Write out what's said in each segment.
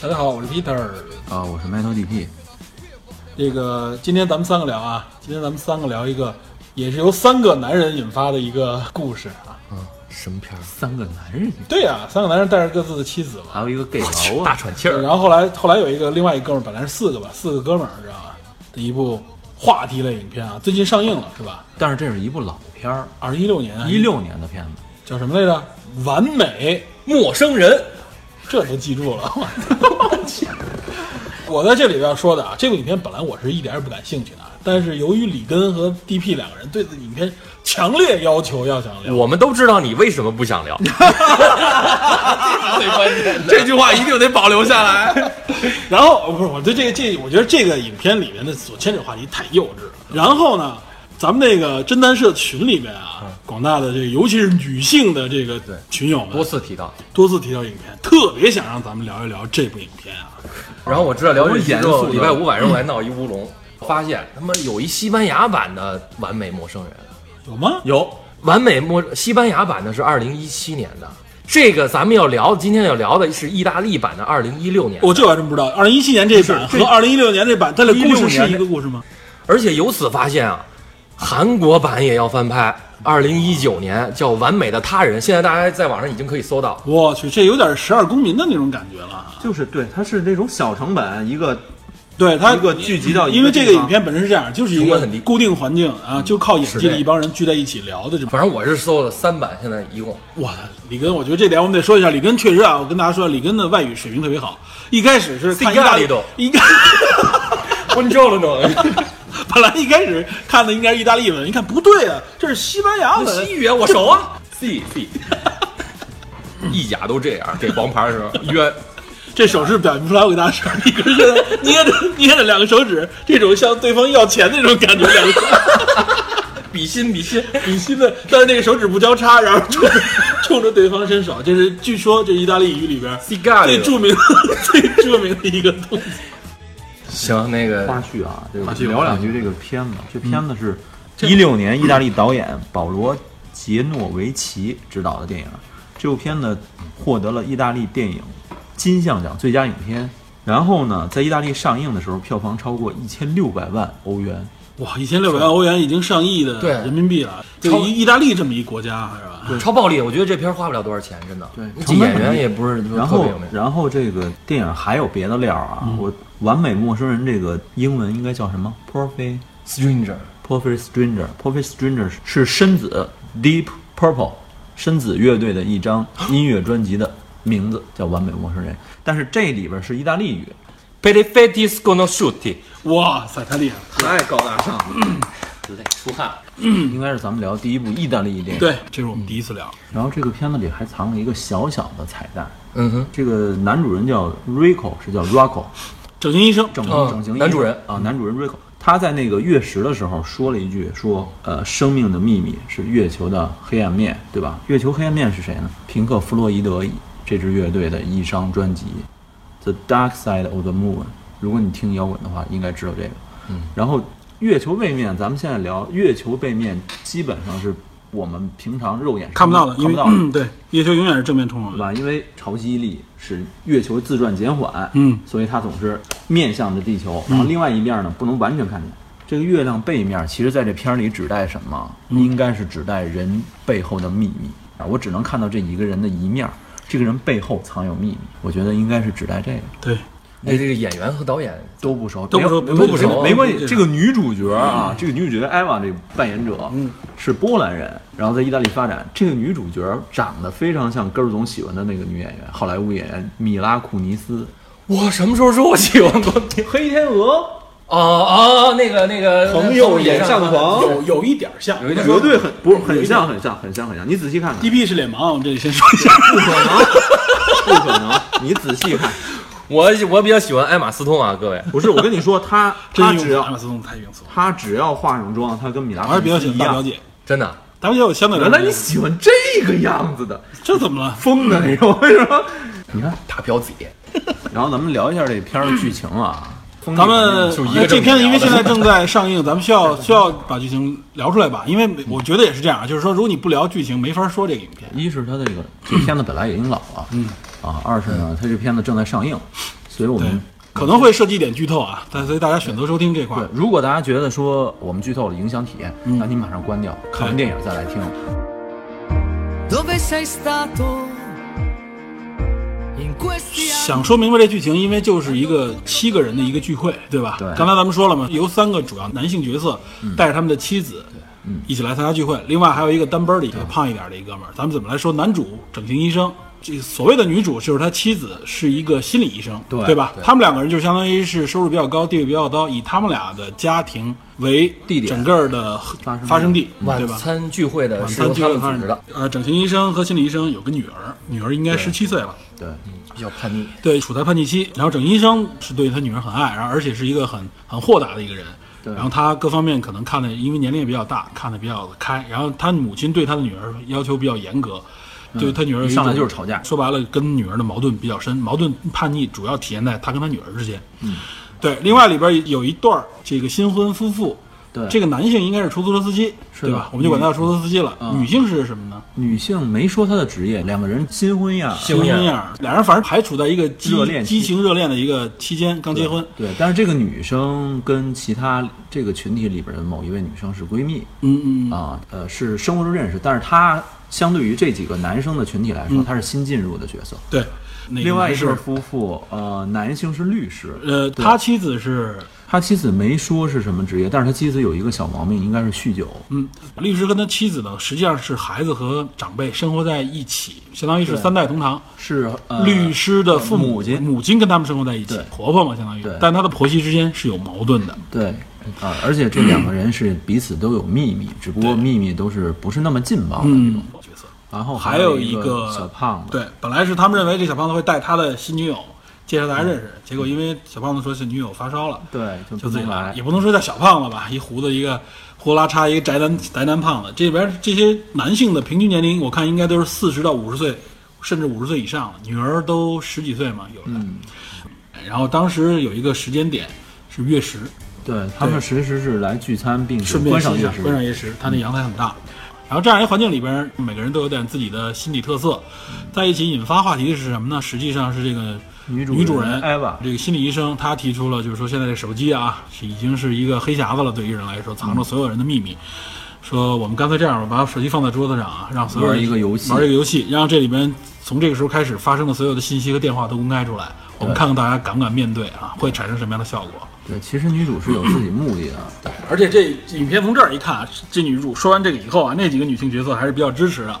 大家好，我是 Peter。啊，我是 Metal DP，这个今天咱们三个聊啊，今天咱们三个聊一个，也是由三个男人引发的一个故事啊。嗯，什么片儿？三个男人，对呀、啊，三个男人带着各自的妻子嘛。还有一个 gay 佬大啊，喘气儿。然后后来后来有一个另外一哥们儿，本来是四个吧，四个哥们儿，知道吧？的一部话题类影片啊，最近上映了是吧？但是这是一部老片儿，二零一六年啊，一六年的片子，叫什么来着？完美，陌生人，这都记住了。我在这里边说的啊，这部影片本来我是一点儿也不感兴趣的啊，但是由于里根和 DP 两个人对这影片强烈要求要想聊，我们都知道你为什么不想 聊。最关键，这句话一定得保留下来。然后呃不是我对这个这，我觉得这个影片里面的所牵扯话题太幼稚了。然后呢，咱们那个侦探社群里面啊，嗯广大的这个尤其是女性的这个群友们，多次提到，多次提到影片，特别想让咱们聊一聊这部影片啊。然后我知道聊这期之多么后，严肃礼拜五晚上我还闹一乌龙，发现他妈有一西班牙版的《完美陌生人》，有吗？有《完美陌》西班牙版的是二零一七年的，这个咱们要聊，今天要聊的是意大利版的二零一六年的。我这我还真不知道，二零一七年这版和二零一六年这版，它的故事16是年一个故事吗？而且由此发现啊，韩国版也要翻拍。二零一九年叫《完美的他人》，现在大家在网上已经可以搜到。我去，这有点十二公民的那种感觉了啊。就是对，它是那种小成本一个，对它一个聚集到一个因为这个地方影片本身是这样，就是一成个本很低固定环境啊，就靠演是技这的样一帮人聚在一起聊的这么。反正我是搜了三版，现在一共哇，里根，我觉得这点我们得说一下。里根确实啊，我跟大家说，里根的外语水平特别好。一开始是看意大 Sigalido 利， 应该温州了呢。本来一开始看的应该是意大利文，一看不对啊，这是西班牙文。西语言我熟 啊，C C，意甲都这样，给王牌的时候冤。这手势表现不出来，我给大家说，里根现在捏着捏着两个手指，这种向对方要钱那种感觉，两个比心比心，比心的，但是那个手指不交叉，然后冲着冲着对方伸手，这是据说这意大利语里 边 C 盖最著名的最著名的一个动作。 行，那花个絮嗯啊，这个花絮聊两句这个片子，这片子是一六年意大利导演保罗杰诺维奇执导的电影，这部片子获得了意大利电影金像奖最佳影片。然后呢，在意大利上映的时候，票房超过一千六百万欧元，哇，一千六百万欧元已经上亿的对人民币了，就超意意大利这么一国家是吧？超暴力，我觉得这片儿花不了多少钱，真的。对这成本演很员低也不是然特后别有名，。嗯然后这个电影还有别的料啊！我《完美陌生人》这个英文应该叫什么？Perfect Stranger， Perfect Stranger Perfect Stranger 是深子 Deep Purple 深子乐队的一 张音乐专辑的名字叫《完美陌生人》，但是这里边是意大利语。 p e t i f e t i s c o n o s c i u t i 哇塞，太厉害了！太高大上了，累出汗了。应该是咱们聊第一部意大利电影。对，这是我们第一次聊。然后这个片子里还藏了一个小小的彩蛋，嗯哼，这个男主人叫 Rico，是叫 Rocco，整形医生，整嗯形整形医男主生人啊，男主人 Rico，他在那个月食的时候说了一句，说呃，生命的秘密是月球的黑暗面，对吧？月球黑暗面是谁呢？平克·弗洛伊德这支乐队的一张专辑《The Dark Side of the Moon》。如果你听摇滚的话，应该知道这个。嗯，然后月球背面，咱们现在聊月球背面，基本上是我们平常肉眼是看不到的，因看为嗯不到的。对月球永远是正面冲对撞的。吧？因为潮汐力使月球自转减缓，嗯所以它总是面向着地球，然后另外一面呢不能完全看见。这个月亮背面，其实在这片儿里指代什么？应该是指代人背后的秘密啊！我只能看到这一个人的一面儿，这个人背后藏有秘密。我觉得应该是指代这个，对，那这个演员和导演都不熟，都不熟没都不熟没没关系。对这个女主角啊，这个女主角艾玛这个扮演者，嗯，是波兰人，然后在意大利发展。这个女主角长得非常像根儿总喜欢的那个女演员，好莱坞演员米拉库尼斯，我什么时候说我喜欢过你？黑天鹅 哦哦，那个那个，朋友也上那个床有有一点像。有一点绝对很不是很像，很像，很像，很像。你仔细看，E 看， DP 是脸盲，我们这里先说一下。 不可能，不可能，你仔细看。我我比较喜欢艾玛斯通啊，各位，不是，我跟你说，他 他真只庸俗，艾玛要斯通太庸俗了。他只要化上妆，他跟米拉我还是比较喜欢一大表样。姐，真的大表姐我相对来原说来你喜欢这个样子的，这怎么了？疯的那种，为什么？你看，大表姐， 然后咱们聊一下这片儿的剧情啊。风咱力肯们定就一个呃这正片子因为聊的现在正在上映，咱们需 要需要把剧情聊出来吧，因为每我觉得也是这样，啊就是说如果你不聊剧情，没法说这个影片。一是它这个这片子本来也已经老了，嗯，啊，二是呢，它这片子正在上映，所以我对们，可能会涉及一点剧透啊，但所以大家选择收听这块对，，如果大家觉得说我们剧透了影响体验，那你马上关掉，看完对电影再来听。 Dove sei stato in questi anni? 想说明白这剧情，因为就是一个七个人的一个聚会，对吧？对刚才咱们说了嘛，由三个主要男性角色带着他们的妻子，一起来参加聚会。另外还有一个单班里的胖一点的一哥们儿。咱们怎么来说？男主整形医生，这所谓的女主就是他妻子，是一个心理医生，对对吧？他们两个人就相当于是收入比较高，地位比较高，以他们俩的家庭为地点整个儿的发生地发生地，对晚吧？餐聚会的是餐由聚他会们发组生织地的，呃，整形医生和心理医生有个女儿，女儿应该十七岁了。对，比较叛逆，对，处在叛逆期。然后整医生是对他女儿很爱，然后而且是一个很很豁达的一个人。对然后他各方面可能看的，因为年龄也比较大，看的比较开。然后他母亲对他的女儿要求比较严格，对他女儿有一嗯一上来种就是吵架说白了，跟女儿的矛盾比较深，矛盾叛逆主要体现在他跟他女儿之间。嗯，对。另外里边有一对儿这个新婚夫妇，对这个男性应该是出租车司机，是的对吧？我们就管他叫出租车司机了。嗯女性是什么呢？女性没说她的职业，两个人新婚呀，性婚恋样儿，俩人反正还处在一个激热恋期激情热恋的一个期间，刚结婚。对，但是这个女生跟其他这个群体里边的某一位女生是闺蜜，嗯嗯嗯，啊，呃，是生活中认识，但是她相对于这几个男生的群体来说，她是新进入的角色。对。那个另外一男对士，夫妇，呃，男性是律师，呃，对他妻子是，他妻子没说是什么职业，但是他妻子有一个小毛病，应该是酗酒。嗯，律师跟他妻子呢，实际上是孩子和长辈生活在一起，相当于是三代同堂。是、呃、律师的父母母亲母亲跟他们生活在一起对，婆婆嘛，相当于对，但他的婆媳之间是有矛盾的。对啊，而且这两个人是彼此都有秘密，只不过秘密都是不是那么劲爆的。嗯，角色然后还有有一一个小胖子，对，本来是他们认为这小胖子会带他的新女友介绍大家认识，结果因为小胖子说是女友发烧了，对，就就不自己能来，来嗯也。不能说叫小胖子吧，一胡子一个胡拉碴一个宅男宅男胖子。这里边这些男性的平均年龄，我看应该都是四十到五十岁，甚至五十岁以上了。女儿都十几岁嘛，有的。嗯然后当时有一个时间点是月食，对他们其实是来聚餐，并且顺便啊嗯观赏欣夜赏市。观赏夜食，它那阳台很大。然后这样一个环境里边，每个人都有点自己的心理特色，嗯在一起引发话题的是什么呢？实际上是这个女主女主人哎人艾娃这个心理医生，他提出了就是说，现在这手机啊，是已经是一个黑匣子了，对于人来说，嗯藏着所有人的秘密。说我们干脆这样吧，把手机放在桌子上啊，让所有人玩一个游戏玩一个游戏，让这里边从这个时候开始发生的所有的信息和电话都公开出来，我们看看大家敢不敢面对啊，会产生什么样的效果。对，其实女主是有自己目的的。而且这影片从这儿一看，啊，这女主说完这个以后啊，那几个女性角色还是比较支持的，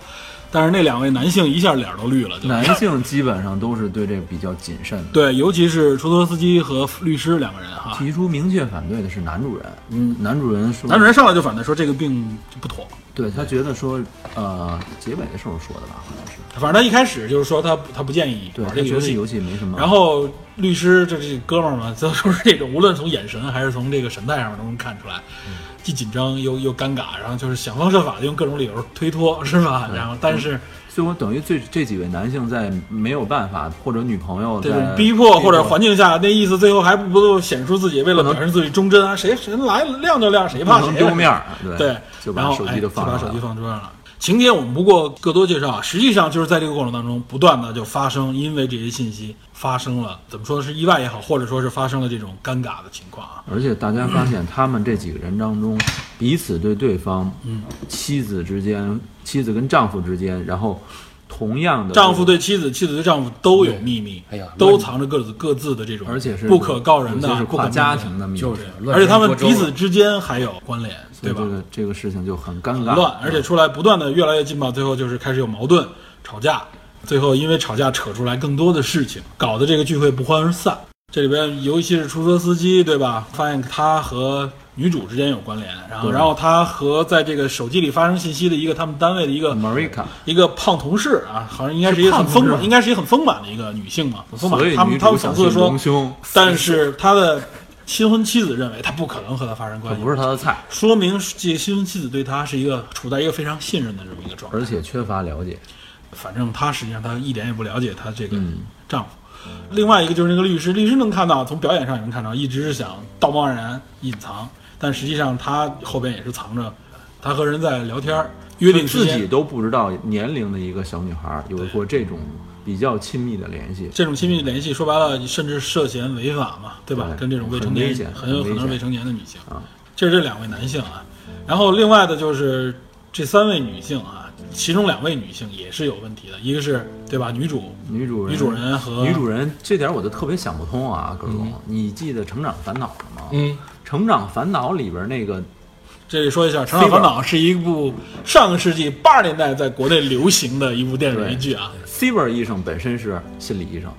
但是那两位男性一下脸都绿了，就男性基本上都是对这个比较谨慎的。对，尤其是出租车司机和律师两个人哈、提出明确反对的是男主人，嗯，男主人说，啊男主人上来就反对说这个病就不妥，对他觉得说，呃，结尾的时候说的吧，好像是，反正他一开始就是说他他不建议对，玩这他个觉游得这戏游，戏没什么。然后律师这这哥们儿嘛，就都是这种，无论从眼神还是从这个神态上面都能看出来，嗯既紧张又又尴尬，然后就是想方设法的用各种理由推脱，是吧？然后但是。所以我等于最这几位男性在没有办法或者女朋友这在种逼迫或者环境下，那意思最后还不都显出自己为了表现自己忠贞啊？谁谁来了亮就亮，谁不怕谁能啊 丢面儿，对对，就然把后手哎机都放就上把了手机放桌上了。情节我们不过过多介绍，啊实际上就是在这个过程当中，不断的就发生，因为这些信息发生了，怎么说呢？是意外也好，或者说是发生了这种尴尬的情况啊。而且大家发现，他们这几个人当中，彼此对对方，嗯，妻子之间，妻子跟丈夫之间，然后同样的丈夫，对妻子，妻子对丈夫都有秘密，哎呀都藏着各自各自的这种，而且是不可告人的有些是，不可跨明家白庭的秘密，就是乱而且他们说周彼此之间还有关联，啊所对以吧这？个这个事情就很尴很尬，乱，而且出来不断的越来越劲爆，最后就是开始有矛盾、吵架，最后因为吵架扯出来更多的事情，搞得这个聚会不欢而散。这里边尤其是出租车司机，对吧？发现他和女主之间有关联，然后对然后他和在这个手机里发生信息的一个他们单位的一个 Marika 一个胖同事啊，好像应该是一个很嗯是胖丰同事满，应该是一个很丰满的一个女性嘛，很丰满所以。他们女他主们讽想刺去地说隆胸，但是他的新婚妻子认为他不可能和他发生可关系，不是他的菜，说明这新婚妻子对他是一个处在一个非常信任的这么一个状态。而且缺乏了解。反正她实际上她一点也不了解她这个嗯丈夫。另外一个就是那个律师，律师能看到，从表演上也能看到，一直是想道貌岸然隐藏，但实际上他后边也是藏着，他和人在聊天儿，嗯约定时自间己都不知道年龄的一个小女孩有过这种比较亲密的联系，这种亲密联系，说白了，甚至涉嫌违法嘛，对吧？对跟这种未成很年危险很有可很危能是险未成年的女性啊，这是这两位男性啊。然后另外的就是这三位女性啊，其中两位女性也是有问题的，一个是对吧？女主，女主人女主人和嗯女主人这点我就特别想不通啊，葛总，你记得《成长烦恼》了吗？嗯，成长烦恼》里边那个这里说一下，《成长烦恼》是一部上个世纪八十年代在国内流行的一部电视连续剧啊。 c i v e r 医生本身是心理医生，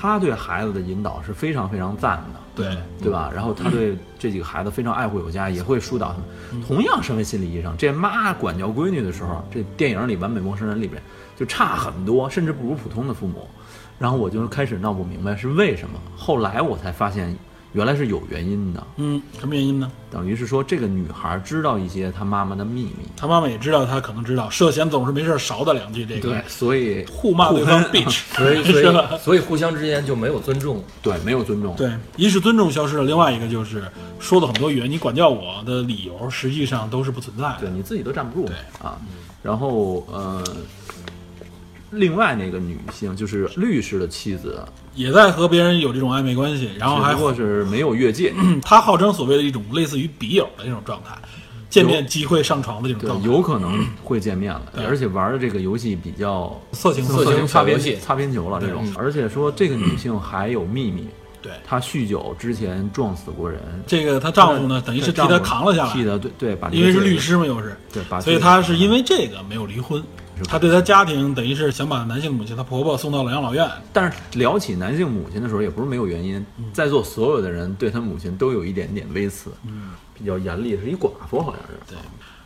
他对孩子的引导是非常非常赞的。嗯对，嗯对吧？然后他对这几个孩子非常爱护有加，也会疏导他嗯们。同样，身为心理医生，这妈管教闺女的时候，这电影里《完美陌生人》里边就差很多，甚至不如普通的父母。然后我就开始闹不明白是为什么，后来我才发现原来是有原因的，嗯，什么原因呢？等于是说这个女孩知道一些她妈妈的秘密，他妈妈也知道，他可能知道，涉嫌总是没事儿勺他两句，这个所以互骂对方 bitch，所以所是吧？ 以所以互相之间就没有尊重。对没有尊重，对，一是尊重消失了，另外一个就是说的很多原你管教我的理由，实际上都是不存在的。对，你自己都站不住对啊。然后呃，另外那个女性就是律师的妻子，也在和别人有这种暧昧关系，然后还嗯只不过或是没有越界， 他号称所谓的一种类似于笔友的这种状态，见面即会上床的这种对状，态。有可能会见面了，而且玩的这个游戏比较色情色情擦边小游戏擦边球了这种，而且说这个女性还有秘密，对她酗酒之前撞死过人，这个她丈夫呢，等于是替她她丈夫扛了下来，替她对对，把这个因为是罪律师嘛，又是对把所以这个她是因为这个没有离婚。她对她家庭等于是想把男性母亲，她婆婆送到了养老院。但是聊起男性母亲的时候，也不是没有原因，嗯在座所有的人对他母亲都有一点点微词，嗯，比较严厉，是一寡妇好像是，对，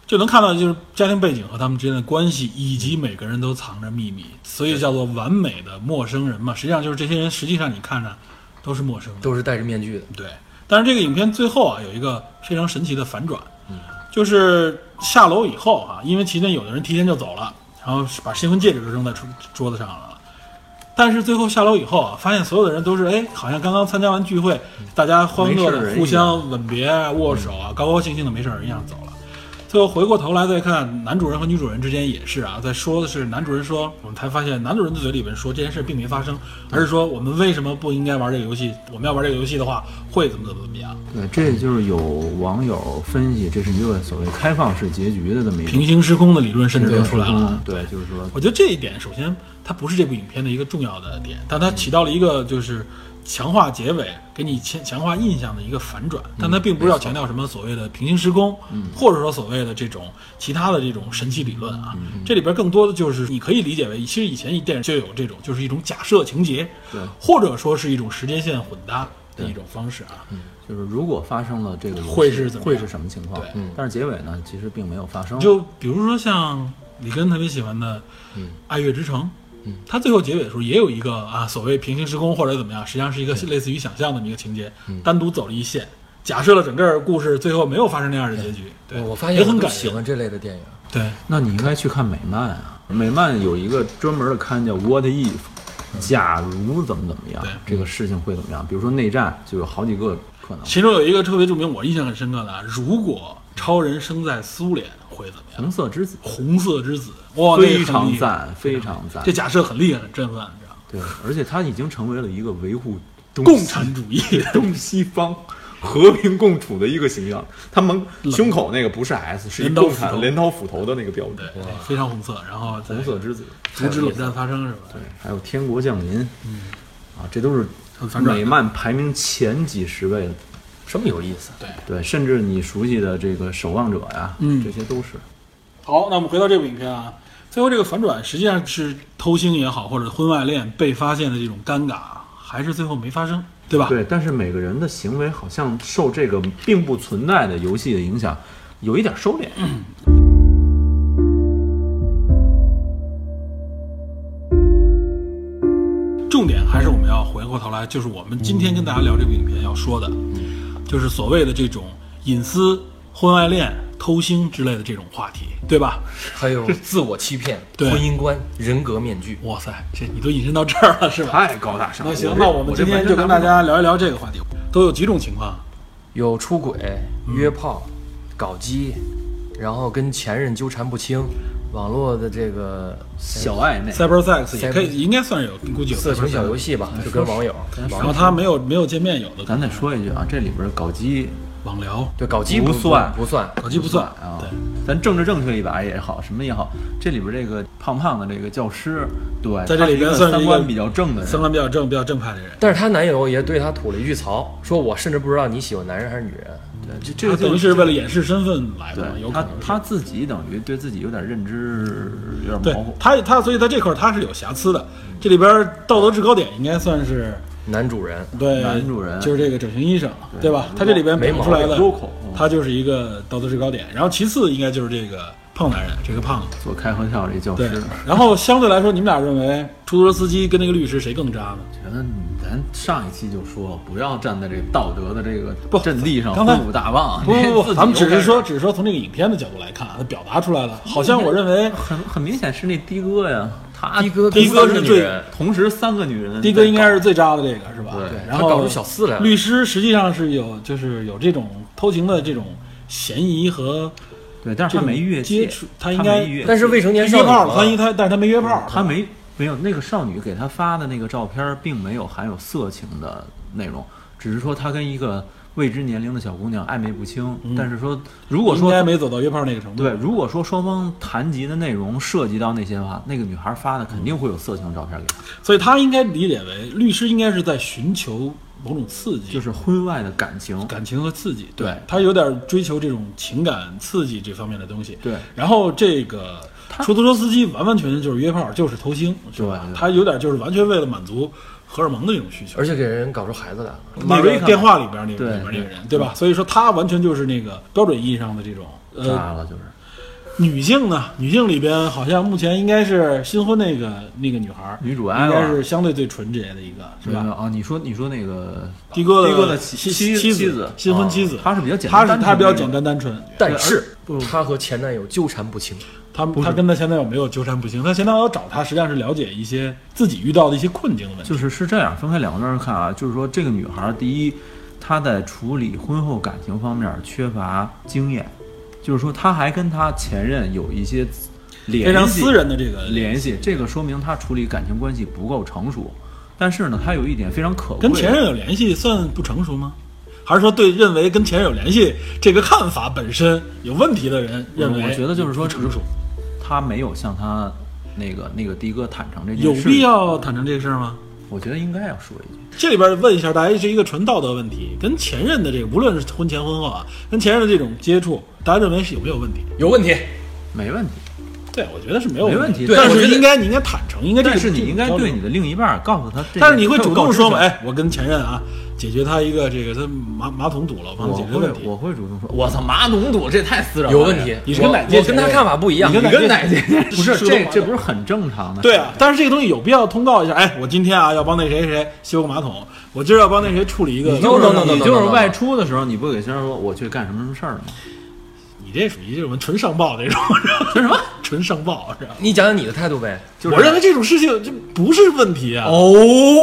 就能看到就是家庭背景和他们之间的关系，以及每个人都藏着秘密，所以叫做完美的陌生人嘛。实际上就是这些人，实际上你看着都是陌生人。都是戴着面具的，对，但是这个影片最后啊有一个非常神奇的反转，就是下楼以后啊，因为其中有的人提前就走了，然后把新婚戒指都扔在桌桌子上了。但是最后下楼以后啊，发现所有的人都是哎，好像刚刚参加完聚会，大家欢乐没事儿人一的样互相吻别、握手嗯啊，高高兴兴的没事儿人一样走了。最后回过头来再看男主人和女主人之间也是啊，在说的是男主人说，我们才发现男主人的嘴里边说这件事并没发生，嗯而是说我们为什么不应该玩这个游戏？我们要玩这个游戏的话，会怎么怎么怎么样？对，这就是有网友分析，这是一个所谓开放式结局的这么一平个行时空的理论甚至都出来了。嗯对，就是说我觉得这一点，首先它不是这部影片的一个重要的点，但它起到了一个就是强化结尾，给你强强化印象的一个反转。但它并不是要强调什么所谓的平行时空，或者说所谓的这种其他的这种神奇理论啊。这里边更多的就是你可以理解为，其实以前电影就有这种，就是一种假设情节，对或者说是一种时间线混搭的一种方式啊。就是如果发生了这个游戏会是怎么样会是什么情况对？嗯，但是结尾呢，其实并没有发生。就比如说像李根特别喜欢的《爱乐之城》，嗯，他最后结尾的时候也有一个啊，所谓平行时空或者怎么样，实际上是一个类似于想象的这么一个情节，嗯单独走了一线，假设了整个故事最后没有发生那样的结局。对，我我发现也我很都感喜人。欢这类的电影。对，那你应该去看美漫啊，美漫有一个专门的刊叫《What If》，假如怎么怎么样对，这个事情会怎么样？比如说内战就有好几个可能。其中有一个特别著名，我印象很深刻的，啊，如果超人生在苏联会怎么样？红色之子红色之子，哇，那个很非常厉害，赞，非常赞这。假设很厉害，很震撼，你知道吗？对，而且它已经成为了一个维护嗯东共西产主义，东西方和平共处的一个形象。他们胸口那个不是 S，是一镰刀共斧产头镰刀斧头的那个标志对，，非常红色，然后在红色之子。阻止冷战发生是吧？对。还有《天国降临》，啊，这都是很嗯反转的美漫排名前几十位的，这么有意思，对，甚至你熟悉的这个《守望者》呀，嗯这些都是。好，那我们回到这部影片啊，最后这个反转实际上是偷腥也好，或者婚外恋被发现的这种尴尬，还是最后没发生。对吧？对，但是每个人的行为好像受这个并不存在的游戏的影响，有一点收敛。嗯重点还是我们要回过头来，就是我们今天跟大家聊这部影片要说的，就是所谓的这种隐私、婚外恋、偷腥之类的这种话题，对吧？还有自我欺骗、对婚姻观、人格面具。哇塞，这你都引申到这儿了是吧？太高大上了。那行这，那我们这今天完就全跟拿大不家聊一聊这个话题，都有几种情况？有出轨、嗯约炮、搞基，然后跟前任纠缠不清，网络的这个小暧昧， cyber sex 也可 Cyber- 以，应该算是有，估计有色情 cyber 小 sex 游。戏吧，就跟网友然后他没有没有界面，有的可咱能得说一句啊，这里边搞基网聊，对搞基不算不算，手机不算啊对，咱政治正确一把也好，什么也好，这里边这个胖胖的这个教师，对，在这他里边一个算是三一观个比较正的人，三观比较正、比较正派的人，但是她男友也对她吐了一句槽，说我甚至不知道你喜欢男人还是女人。对，这这这个个等于就是为了掩饰身份来的嘛，有可对他能是他自己等于对自己有点认知有点对模糊，他他，所以在这块儿他是有瑕疵的。这里边儿道德制高点应该算是男主人对男主人就是这个整形医生，对吧？对他这里边表现出来没毛的病 vocal，嗯，他就是一个道德制高点。然后其次应该就是这个胖男人，这个胖子。做开合跳这教对师，，然后相对来说，你们俩认为出租车司机跟那个律师谁更渣 呢？觉得咱上一期就说不要站在这个道德的这不个阵地上刚才挥舞大棒，不不不，咱们只是说。说，只是说从这个影片的角度来看啊，它表达出来 了。好像我认为很很明显是那的哥呀，他的哥的哥跟三个是女最人同时三个女人，的哥应该是最渣的这个是吧？对然他搞后出小四来了律师实际上是有就是有这种偷情的这种嫌疑和对，但是这种他没越接界，触，他应该没越界但是未成年少约女炮了，他嘛应他但是他没约炮，嗯他没没有那个少女给他发的那个照片，并没有含有色情的内容，只是说他跟一个未知年龄的小姑娘暧昧不清。但是说，如果嗯应说该没走到约炮那个程度。对，如果说双方谈及的内容涉及到那些的话，那个女孩发的肯定会有色情照片给他，所以他应该理解为律师应该是在寻求某种刺激，就是婚外的感情。感情和刺激。对他有点追求这种情感刺激这方面的东西。对然后这个出租车司机完完全全就是约炮，就是偷腥，是吧对对他有点就是完全为了满足荷尔蒙的这种需求。而且给人搞出孩子来了。那瑞个克电话里边那个对里边那个人，对吧？所以说他完全就是那个标准意义上的这种呃渣了就是，女性呢，女性里边好像目前应该是新婚那个那个女孩儿，女主啊艾应该娃是相对最纯洁的一个，是吧？啊，你说你说那个的哥的的妻妻妻妻妻子哦新婚妻子，她是比较简她单是单纯她比较那种简单单纯，但是不她和前男友纠缠不清，她她跟她前男友没有纠缠不清，她前男友找她实际上是了解一些自己遇到的一些困境的问题，就是是这样，分开两个面看啊，就是说这个女孩，第一，她在处理婚后感情方面缺乏经验，就是说她还跟她前任有一些联非系常私人的这个联系，这个说明她处理感情关系不够成熟。但是呢，她有一点非常可贵，跟前任有联系算不成熟吗？还是说对认为跟前任有联系这个看法本身有问题的人认为？我觉得就是说成熟，她没有向她那个那个的哥坦诚这件有事，必，要坦诚这个事儿吗？我觉得应该要说一句。这里边问一下大家，是一个纯道德问题，跟前任的这个，无论是婚前婚后啊，跟前任的这种接触，大家认为是有没有问题？有问题。没问题，对，我觉得是没有没问问题但对我是觉得应该你应该坦诚，应该这但个是你应该对你。的另一半儿告诉他这个，但是你会主动说吗？这个哎，我跟前任啊，解决他一个这个他马马桶堵了，我帮我他解决会问题。我会主动说，我操，马桶堵，这太私人了，有问题这你是跟我哪届我跟前他任看法不一样你个跟你跟奶姐姐不是是是这这不是很正常 的？对啊，，但是这个东西有必要通告一下。哎，我今天啊要帮那谁谁修个马桶，我今儿要帮那谁处理一个。你就是 No, no, no, no, 你就是 no, no, no. 外出的时候，你不给先生说我去干什么什么事儿吗？你这属于这种纯上报这 种，纯什么？纯上报是吧？你讲讲你的态度呗。就是我认为这种事情这不是问题啊。哦，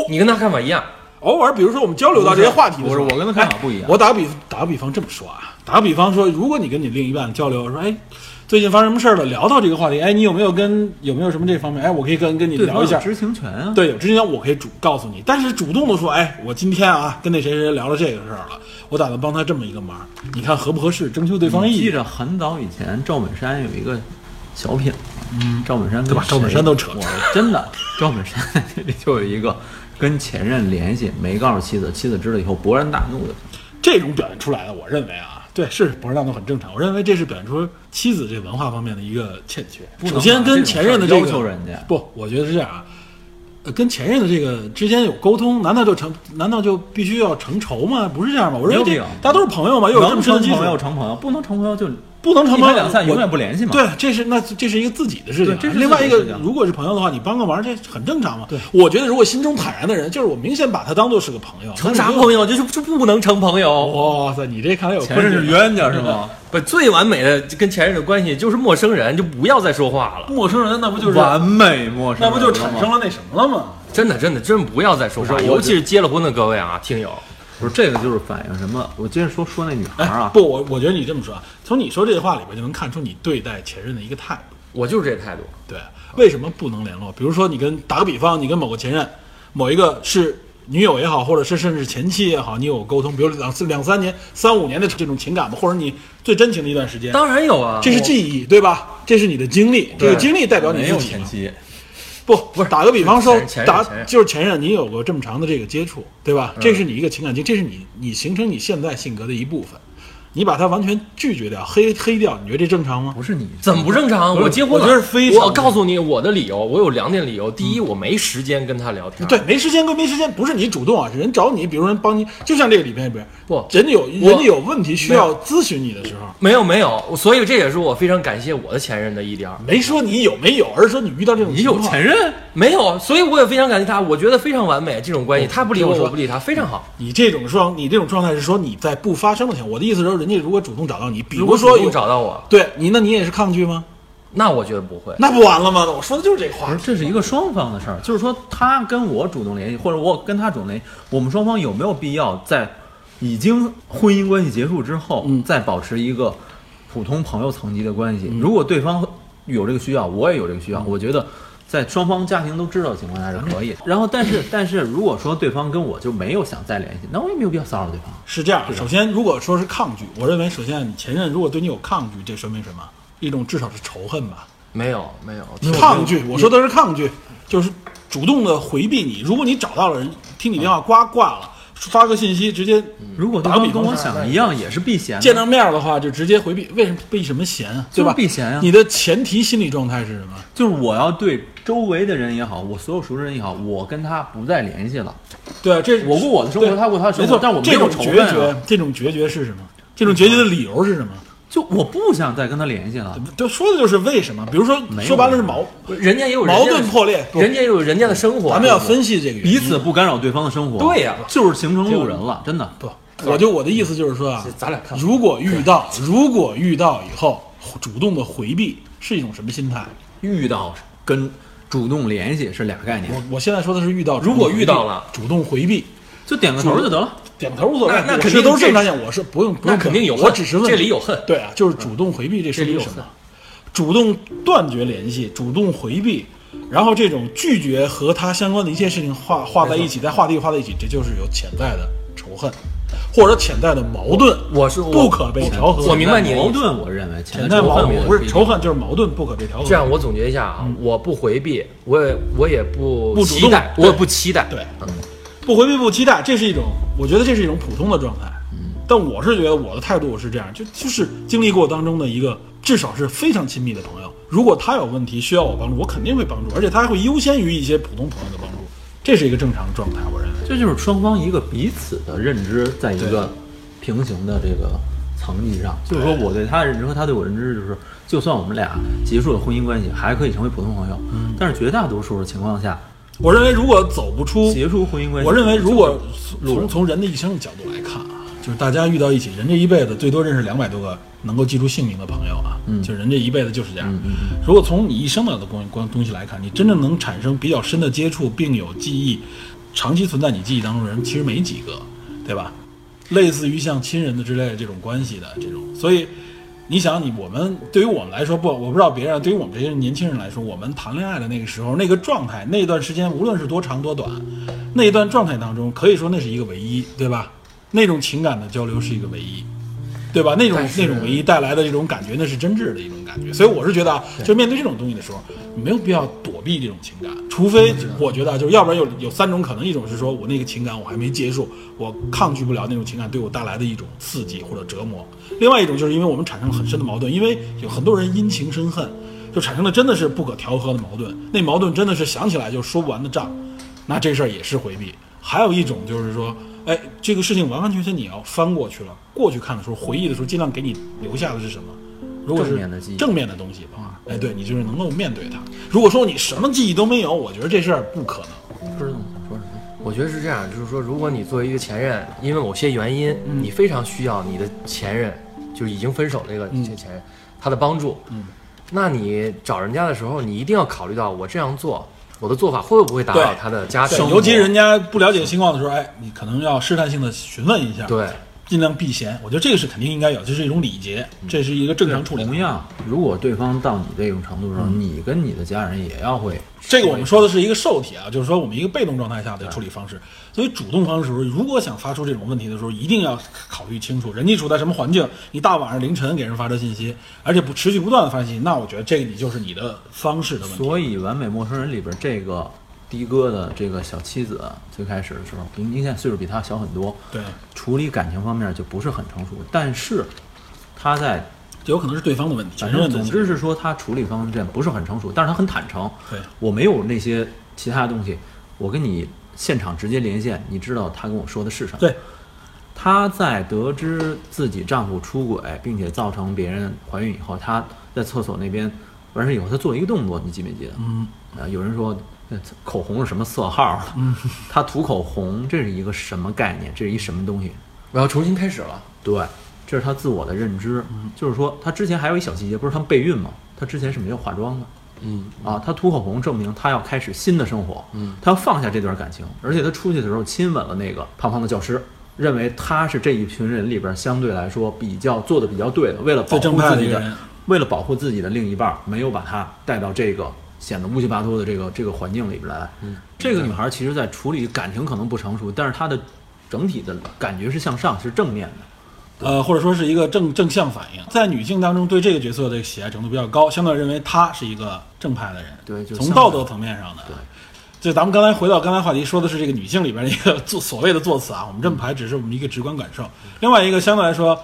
你跟他看法一样，偶尔，比如说我们交流到这些话题的时候，不是我跟他看法不一样哎我打个比打个比方这么说啊，打个比方说，如果你跟你另一半交流说，哎，最近发生什么事儿了，聊到这个话题，哎，你有没有跟有没有什么这方面？哎，我可以跟跟你对方聊一下有。知情权啊，对，有之前我可以主告诉你，但是主动的说，哎，我今天啊跟那谁谁谁聊了这个事儿了，我打算帮他这么一个忙，你看合不合适，征求对方你意记见。着很早以前赵本山有一个小品，嗯，赵本山对跟吧赵本谁山都扯我真的，赵本山 这里就有一个跟前任联系，没告诉妻子，妻子知道以后勃然大怒的。这种表现出来的，我认为啊，对，是不是那都很正常。我认为这是表现出妻子这文化方面的一个欠缺。不能首先，把跟这种前事儿任的这个要求人家不，我觉得是这样啊。呃跟前任的这个之间有沟通，难道就成？难道就必须要成仇吗？不是这样吗？我认为没这有必要大家都是朋友嘛，又有这么能深的成基础朋，友成朋友，不能成朋友就不能成朋友一拍两散，我永远不联系嘛。对，这是那这是一个自己的事情啊对这，是另外一自个己的事情如果是朋友的话，你帮个忙这很正常嘛。对，我觉得如果心中坦然的人，就是我明显把他当做是个朋友，成啥朋友？就是就不能成朋友。哇塞，你这看来有啊前任是冤家是吗？不，最完美的跟前任的关系就是陌生人，就不要再说话了。陌生人，那不就是完美陌生那人，不就产生了那什么了吗？真的，真的，真不要再说话，不是我尤其是结了婚的各位啊，听友，不是这个就是反映什么？我接着说说那女孩哎啊，，不，我我觉得你这么说啊，从你说这话里边就能看出你对待前任的一个态度。我就是这态度。对，为什么不能联络？比如说，你跟打个比方，你跟某个前任，某一个是女友也好，或者是甚至前妻也好，你有沟通，比如两次两三年、三五年的这种情感吧，或者你最真情的一段时间，当然有啊，这是我记忆，对吧？这是你的经历，这个经历代表你没自有己嘛前妻，不不是打个比方说前前，任打前任嗯就是前任，你有过这么长的这个接触，对吧？这是你一个情感经，这是你你形成你现在性格的一部分。你把它完全拒绝掉、黑黑掉，你觉得这正常吗？不是你怎么不正常？不是我结婚了，我觉得非常嗯我告诉你我的理由，我有两点理由。第一，我没时间跟他聊天。对，，没时间归没时间，不是你主动啊，是人找你，比如人帮你，就像这个里边里边，不人家有我人家有问题需没要咨询你的时候，没有没有，所以这也是我非常感谢我的前任的一点儿。没说你有没有，而是说你遇到这种你有前任，任，没有，所以我也非常感谢他，我觉得非常完美这种关系，他不理哦我，听我说我不理他，非常好。你这种状你这种状态是说你在不发生的情况，我的意思是说，人家如果主动找到你，比如如果说主动有找到我，对你，那你也是抗拒吗？那我觉得不会。那不完了吗？我说的就是这话不是，这是一个双方的事儿，就是说他跟我主动联系，或者我跟他主动联系，我们双方有没有必要在已经婚姻关系结束之后，再保持一个普通朋友层级的关系？如果对方有这个需要，我也有这个需要，我觉得。在双方家庭都知道的情况下是可以的，然后但是但是如果说对方跟我就没有想再联系，那我也没有必要骚扰对方。是这样，首先，如果说是抗拒，我认为首先你前任如果对你有抗拒，这说明什么？一种至少是仇恨吧。没有没有，抗拒，我说的是抗拒，就是主动的回避你。如果你找到了人，听你电话呱挂了，发个信息直接如果对打个方比跟方我说想的一样，也是避嫌的。见到面的话，就直接回避。为什么避什么嫌啊？对吧？就是避嫌啊你的前提心理状态是什么？就是我要对周围的人也好，我所有熟人也好，我跟他不再联系了。对啊，这我过我的生活对他过他的生活没错，但我没这有种仇决恨啊绝，这种决绝是什么？这种决绝的理由是什么？就我不想再跟他联系了。就说的就是为什么？比如说，没有说白了是矛人家也有人家矛的盾破裂，人家也有人家的生活。咱们要对不对分析这个原因彼此不干扰对方的生活，对呀就是形成路人了，真的。不，我就我的意思就是说啊这，咱俩看如果遇到，如果遇到以后主动的回避是一种什么心态？遇到跟主动联系是俩概我念，我现在说的是遇到，如果主动回避遇到了主动回避，就点个头就得了。点头无所谓，那那我肯是定都是这正常线，我是不用不那用肯定有我恨只是问这里有恨嗯对啊，就是主动回避，这是这里有什么恨？主动断绝联系，主动回避。然后这种拒绝和他相关的一切事情画画在一起，再画地画在一起，这就是有潜在的仇恨，或者潜在的矛盾。我是我不可被调和。我明白你的意思矛盾，我认为潜潜在在矛矛盾盾不是呃仇恨，就是矛盾不可被调和。这样，我总结一下啊，我不回避，我也我也不嗯不主动期待，我对也不期待。对，不回避不期待，这是一种，我觉得这是一种普通的状态。但我是觉得我的态度是这样，就就是经历过当中的一个，至少是非常亲密的朋友。如果他有问题需要我帮助，我肯定会帮助，而且他还会优先于一些普通朋友的帮助，这是一个正常的状态，我认为。这就是双方一个彼此的认知，在一个平行的这个层级上。就是说，我对他的认知和他对我认知，就是就算我们俩结束了婚姻关系，还可以成为普通朋友。但是绝大多数的情况下，我认为如果走不出，结束婚姻关系，我认为如果路人从从人的一生的角度来看啊，就是大家遇到一起，人这一辈子最多认识两百多个能够记住姓名的朋友啊，嗯就是人这一辈子就是这样。如果从你一生的东光东西来看，你真正能产生比较深的接触并有记忆，长期存在你记忆当中的人其实没几个，对吧？类似于像亲人的之类的这种关系的这种，所以你想你我们对于我们来说不，我不知道别人，对于我们这些年轻人来说，我们谈恋爱的那个时候那个状态，那段时间无论是多长多短，那一段状态当中，可以说那是一个唯一，对吧？那种情感的交流是一个唯一。对吧？那种那种唯一带来的这种感觉，那是真挚的一种感觉。所以我是觉得啊，就面对这种东西的时候，你没有必要躲避这种情感，除非我觉得啊，就是要不然有有三种可能，一种是说我那个情感我还没接受，我抗拒不了那种情感对我带来的一种刺激或者折磨；另外一种就是因为我们产生了很深的矛盾，因为有很多人因情生恨，就产生了真的是不可调和的矛盾，那矛盾真的是想起来就说不完的账。那这事儿也是回避。还有一种就是说，哎，这个事情完完全全你要翻过去了，过去看的时候，回忆的时候，尽量给你留下的是什么？如果是正面的记忆嗯正面的东西的话，哎，对你就是能够面对它。如果说你什么记忆都没有，我觉得这事儿不可能。不知道你说什么。我觉得是这样，就是说，如果你作为一个前任，因为某些原因，嗯你非常需要你的前任，就是已经分手这个嗯前前任、他的帮助，那你找人家的时候，你一定要考虑到我这样做，我的做法会不会打扰对他的家对，庭生活，尤其人家不了解情况的时候，哎，你可能要试探性的询问一下，对，尽量避嫌。我觉得这个是肯定应该有，这是一种礼节，这是一个正常处理。嗯同，样，如果对方到你这种程度的时候，嗯你跟你的家人也要会这个我们说的是一个受体啊，就是说我们一个被动状态下的处理方式。所以主动方式，如果想发出这种问题的时候，一定要考虑清楚人家处在什么环境，你大晚上凌晨给人发这信息，而且不持续不断的发信息，那我觉得这个你就是你的方式的问题。所以《完美陌生人》里边这个的哥的这个小妻子，最开始的时候，比你现在岁数比他小很多，对，处理感情方面就不是很成熟，但是他在有可能是对方的问题，反前任正的问总题之是说他处理方面不是很成熟，但是他很坦诚，对我没有那些其他的东西，我跟你现场直接连线，你知道他跟我说的是什么？对，她在得知自己丈夫出轨，并且造成别人怀孕以后，她在厕所那边完事以后，她做了一个动作，你记没记得？嗯，啊，有人说呃口红是什么色号？嗯，她涂口红，这是一个什么概念？这是一什么东西？我要重新开始了。对，这是她自我的认知，嗯就是说她之前还有一小细节，不是她们备孕吗？她之前是没有化妆的。嗯，啊，她涂口红证明她要开始新的生活，嗯，她要放下这段感情，而且她出去的时候亲吻了那个胖胖的教师，认为他是这一群人里边相对来说比较做的比较对的，为了保最正护派自的一己个的人，为了保护自己的另一半，没有把她带到这个显得乌七八糟的这个这个环境里边来。嗯，这个女孩其实在处理感情可能不成熟，但是她的整体的感觉是向上，是正面的。呃，或者说是一个正正向反应，在女性当中对这个角色的喜爱程度比较高，相对认为她是一个正派的人，对就是从相道对德层面上的。对，就咱们刚才回到刚才话题，说的是这个女性里边的一个做所谓的作词啊，我们嗯这么排只是我们一个直观感受。另外一个相对来说，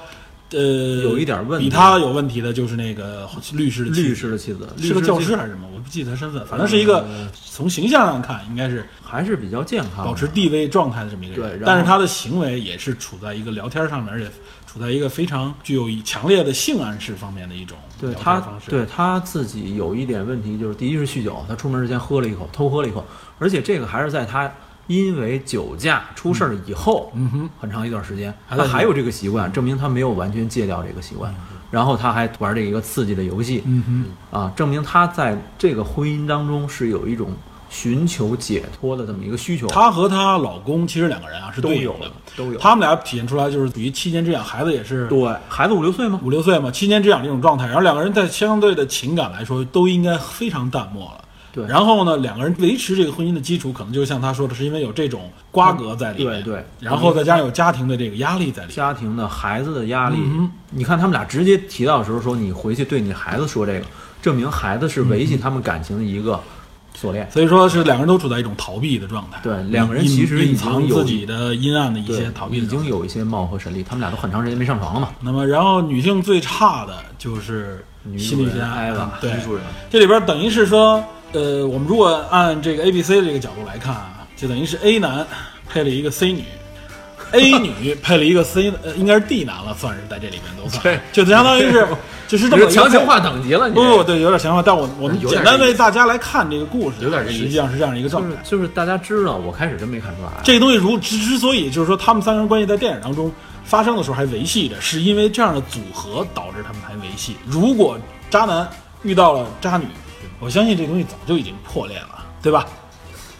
呃，有一点问题比她有问题的就是那个律师的妻子律师的妻子律是个师呃教妻师还是什么，我不记得她身份，反正是一个从形象上看应该是还是比较健康的，保持地位状态的这么一个人啊对然，后但是他的行为也是处在一个聊天上面，而且处在一个非常具有强烈的性暗示方面的一种对聊天他方式。对他自己有一点问题，就是第一是酗酒，他出门之前喝了一口，偷喝了一口，而且这个还是在他因为酒驾出事儿以后，嗯哼，很长一段时间，在他还有这个习惯，证明他没有完全戒掉这个习惯。然后他还玩这一个刺激的游戏，嗯哼，啊，证明他在这个婚姻当中是有一种寻求解脱的这么一个需求。她和她老公其实两个人啊是都队友有都有他们俩体现出来就是属于七年之痒，孩子也是对孩子五六岁吗？五六岁嘛，七年之痒这种状态，然后两个人在相对的情感来说都应该非常淡漠了。对然后呢，两个人维持这个婚姻的基础，可能就像他说的，是因为有这种瓜葛在里面，对对然后再加上有家庭的这个压力在里面，家庭的孩子的压力。嗯你看他们俩直接提到的时候说，你回去对你孩子说这个，证明孩子是维系他们感情的一个锁链。所以说是两个人都处在一种逃避的状态。对两个人其实隐隐已经藏有自己的阴暗的一对些逃避的已状态经有一些貌合神离，他们俩都很长时间没上床了嘛。那么，然后女性最差的就是心理学家嗯女主人艾娃对女主人，这里边等于是说，呃，我们如果按这个 A、B、C 的这个角度来看啊，就等于是 A 男配了一个 C 女。A 女配了一个 C，呃，应该是 D 男了，算是在这里面都算，对 就相当于是，就是这你么这一个强行化等级了，你不不不这对，有点想法，但我我们有点简单这意为大家来看这个故事啊，有点这意思实际上是这样一个状就态是。就是大家知道，我开始真没看出来。啊这个东西如之之所以就是说他们三个人关系在电影当中发生的时候还维系着，是因为这样的组合导致他们还维系。如果渣男遇到了渣女，我相信这东西早就已经破裂了，对吧？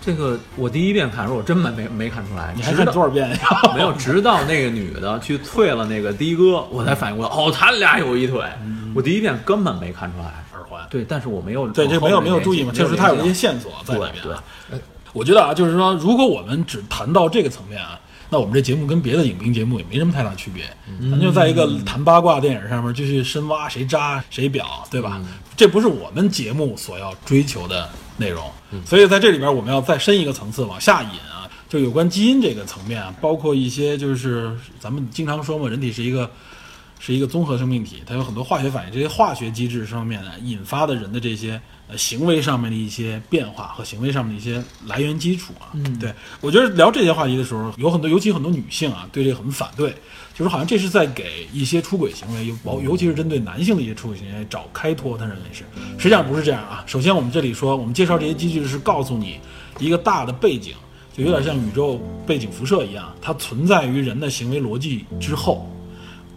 这个我第一遍看的时候，我真没没没看出来。你还知看道多少遍呀？没有，直到那个女的去退了那个的哥，我才反应过来，哦，他俩有一腿。我第一遍根本没看出来。嗯耳环。对，但是我没有对，这往后没有面没有注意嘛，联系确实他有这些联系线索在里对面。啊对，我觉得啊，就是说，如果我们只谈到这个层面啊，那我们这节目跟别的影评节目也没什么太大区别，咱就在一个谈八卦电影上面就去深挖谁渣谁婊，对吧？这不是我们节目所要追求的内容，所以在这里边我们要再深一个层次往下引啊，就有关基因这个层面啊，包括一些就是咱们经常说嘛，人体是一个。是一个综合生命体，它有很多化学反应，这些化学机制上面呢引发的人的这些呃行为上面的一些变化和行为上面的一些来源基础啊。嗯，对我觉得聊这些话题的时候，有很多，尤其很多女性啊，对这个很反对，就是好像这是在给一些出轨行为，尤包尤其是针对男性的一些出轨行为找开脱，但是也是实际上不是这样啊。首先，我们这里说，我们介绍这些机制是告诉你一个大的背景。就有点像宇宙背景辐射一样，它存在于人的行为逻辑之后。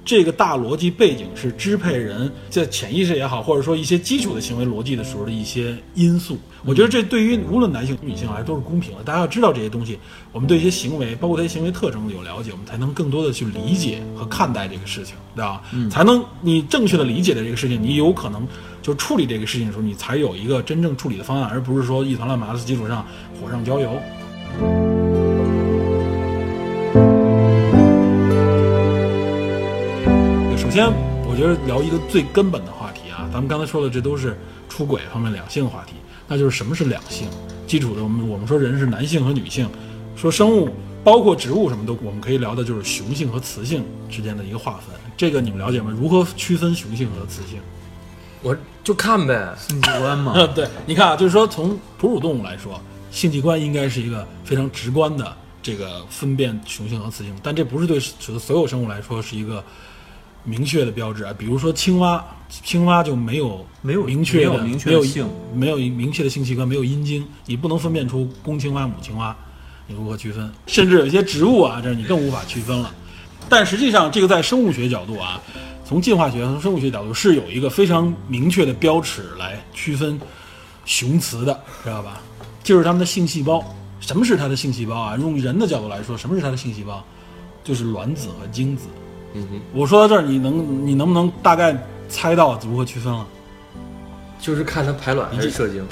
这个大逻辑背景是支配人在潜意识也好，或者说一些基础的行为逻辑的时候的一些因素。我觉得这对于无论男性女性来说都是公平的。大家要知道这些东西，我们对一些行为，包括他一些行为特征有了解，我们才能更多的去理解和看待这个事情，对吧？才能你正确的理解的这个事情，你有可能就处理这个事情的时候，你才有一个真正处理的方案，而不是说一团乱麻的基础上火上浇油。首先，我觉得聊一个最根本的话题啊，咱们刚才说的这都是出轨方面两性话题，那就是什么是两性？基础的，我们我们说人是男性和女性，说生物包括植物什么都，我们可以聊的就是雄性和雌性之间的一个划分。这个你们了解吗？如何区分雄性和雌性？我就看呗，性器官嘛，啊， 对，你看啊，就是说从哺乳动物来说，性器官应该是一个非常直观的这个分辨雄性和雌性，但这不是对所所有生物来说是一个明确的标志啊。比如说青蛙，青蛙就没有没有明确的没有明确的没有性没有明确的性器官，没有阴茎，你不能分辨出公青蛙、母青蛙，你如何区分？甚至有一些植物啊，这你更无法区分了。但实际上，这个在生物学角度啊，从进化学、从生物学角度是有一个非常明确的标尺来区分雄雌的，知道吧？就是它们的性细胞。什么是它的性细胞啊？用人的角度来说，什么是它的性细胞？就是卵子和精子。嗯、我说到这儿，你能你能不能大概猜到如何区分了？就是看它排卵还是射精。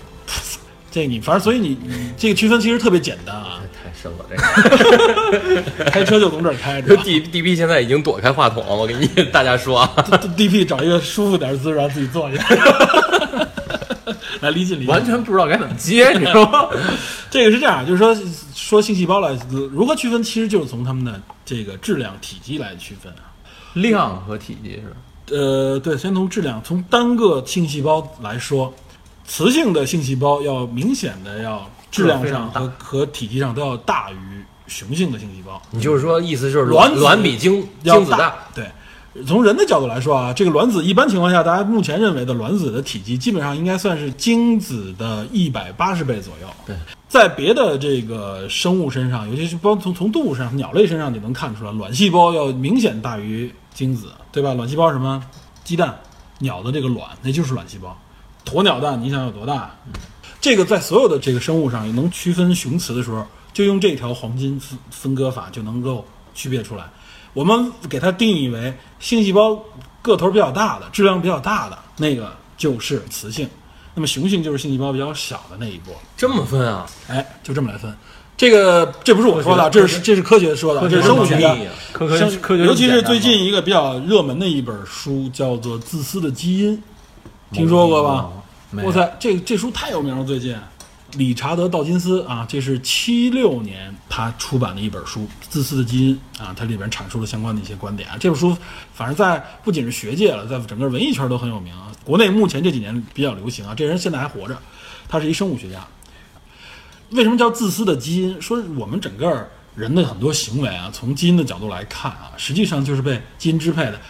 这个你反正所以你你这个区分其实特别简单 啊，太深了，这个。开车就从这儿开，知道吧 D D B 现在已经躲开话筒了，我给你大家说啊， D P 找一个舒服点的姿势让自己坐下，来离近离近。 完全不知道该怎么 接，你知道吗？这个是这样，啊就是说说性细胞了，如何区分，其实就是从它们的这个质量、体积来区分啊。量和体积是吧呃，对，先从质量，从单个性细胞来说，雌性的性细胞要明显的要质量非上常大和和体积上都要大于雄性的性细胞。 你就是说意思就是卵卵子卵比精要精子大，对，从人的角度来说啊，这个卵子一般情况下，大家目前认为的卵子的体积，基本上应该算是精子的一百八十倍左右。对，在别的这个生物身上，尤其是包括从从动物身上、鸟类身上，你能看出来，卵细胞要明显大于精子，对吧？卵细胞是什么？鸡蛋，鸟的这个卵，那就是卵细胞。鸵鸟蛋，你想有多大？这个在所有的这个生物上能区分雄雌的时候，就用这条黄金分分割法就能够区别出来。我们给它定义为性细胞个头比较大的、质量比较大的那个就是雌性，那么雄性就是性细胞比较小的那一波。这么分啊？哎，就这么来分。这个这不是我说的，这是这是科学说的，这是生物学家定义啊。科学生科学尤其简是单最嘛近一个比较热门的一本书，叫做《自私的基因》，听说过吧？嗯没有哇塞，这这书太有名了，最近。理查德·道金斯啊，这是七六年他出版的一本书《自私的基因》啊，它里边阐述了相关的一些观点啊。这本书反正在不仅是学界了，在整个文艺圈都很有名啊。国内目前这几年比较流行啊，这人现在还活着，他是一生物学家。为什么叫自私的基因？说我们整个人的很多行为啊，从基因的角度来看啊，实际上就是被基因支配的。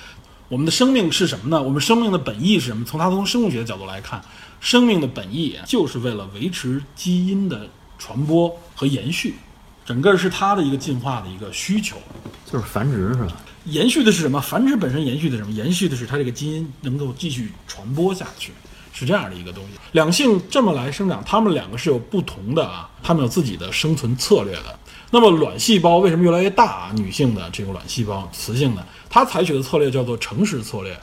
我们的生命是什么呢？我们生命的本意是什么？从它从生物学的角度来看，生命的本意啊就是为了维持基因的传播和延续，整个是它的一个进化的一个需求。就是繁殖是吧？延续的是什么？繁殖本身延续的是什么？延续的是它这个基因能够继续传播下去，是这样的一个东西。两性这么来生长，它们两个是有不同的啊，它们有自己的生存策略的。那么卵细胞为什么越来越大啊？女性的这个卵细胞，雌性的，它采取的策略叫做诚实策略，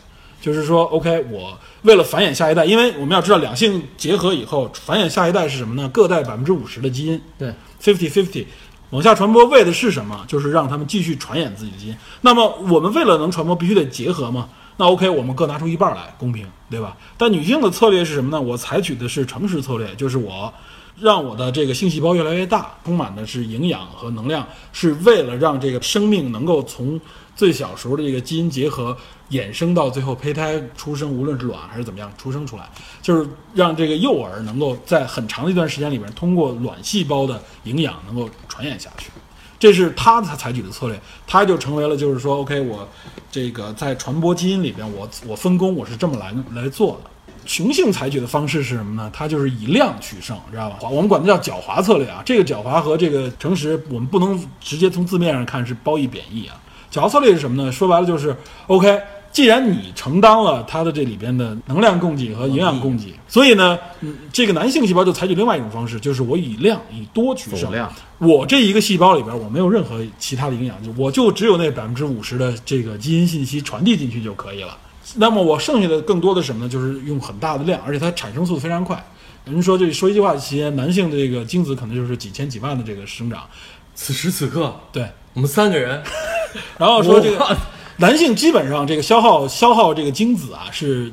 就是说，OK，我为了繁衍下一代，因为我们要知道两性结合以后，繁衍下一代是什么呢？各带百分之五十的基因，对，fifty fifty，往下传播为的是什么？就是让他们继续传衍自己的基因。那么我们为了能传播，必须得结合嘛。那 OK，我们各拿出一半儿来，公平，对吧？但女性的策略是什么呢？我采取的是诚实策略，就是我让我的这个性细胞越来越大，充满的是营养和能量，是为了让这个生命能够从最小时候的这个基因结合衍生到最后胚胎出生，无论是卵还是怎么样出生出来，就是让这个幼儿能够在很长的一段时间里边，通过卵细胞的营养能够传衍下去。这是他他采取的策略，他就成为了就是说，OK，我这个在传播基因里边，我我分工我是这么来来做的。雄性采取的方式是什么呢？它就是以量取胜，知道吧？我们管它叫狡猾策略啊。这个狡猾和这个诚实，我们不能直接从字面上看是褒义贬义啊。狡猾策略是什么呢？说白了就是，OK，既然你承担了它的这里边的能量供给和营养供给，所以呢，嗯这个男性细胞就采取另外一种方式，就是我以量以多取胜总。量我这一个细胞里边，我没有任何其他的营养，就我就只有那百分之五十的这个基因信息传递进去就可以了。那么我剩下的更多的什么呢？就是用很大的量，而且它产生速度非常快。人说这说一句话，期间男性的这个精子可能就是几千几万的这个生长，此时此刻，对。我们三个人，然后说这哇个男性基本上这个消耗消耗这个精子啊是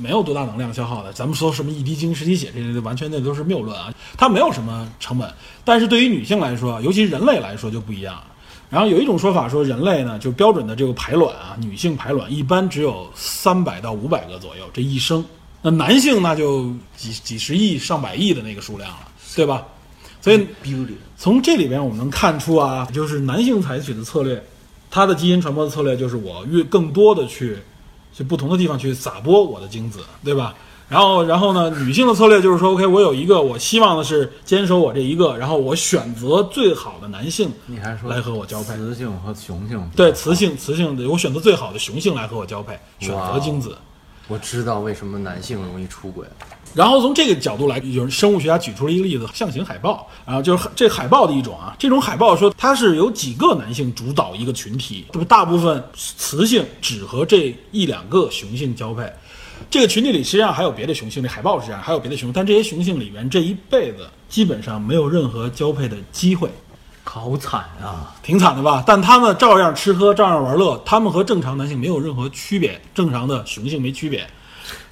没有多大能量消耗的。咱们说什么一滴精十滴血这类的，完全那都是谬论啊，它没有什么成本。但是对于女性来说，尤其人类来说就不一样了。然后有一种说法说，人类呢就标准的这个排卵啊，女性排卵一般只有三百到五百个左右这一生，那男性那就几几十亿、上百亿的那个数量了，对吧？所嗯以从这里边我们能看出啊，就是男性采取的策略，他的基因传播的策略就是我越更多的去去不同的地方去撒播我的精子，对吧？然后，然后呢，女性的策略就是说，OK，我有一个，我希望的是坚守我这一个，然后我选择最好的男性你还说来和我交配，雌性和雄性对雌性雌性的，我选择最好的雄性来和我交配，选哦择精子。我知道为什么男性容易出轨了。然后从这个角度来，有生物学家举出了一个例子，象形海豹，然后就是这海豹的一种啊，这种海豹说它是由几个男性主导一个群体，那么大部分雌性只和这一两个雄性交配。这个群体里实际上还有别的雄性，这海豹实际上还有别的雄，但这些雄性里面这一辈子基本上没有任何交配的机会，好惨啊！挺惨的吧？但他们照样吃喝，照样玩乐，他们和正常男性没有任何区别，正常的雄性没区别。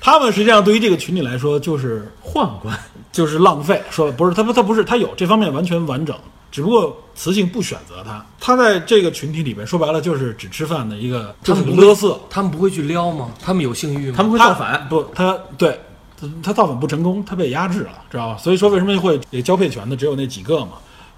他们实际上对于这个群体来说，就是宦官 就是浪费。说不是，他不，他不是，他有这方面完全完整，只不过雌性不选择他，他在这个群体里边，说白了就是只吃饭的一个，就是个不会勒瑟。 他们不会去撩吗？他们有性欲吗？他们会他造反，不，他对他他造反不成功，他被压制了，知道吧？所以说为什么会这交配权的只有那几个嘛？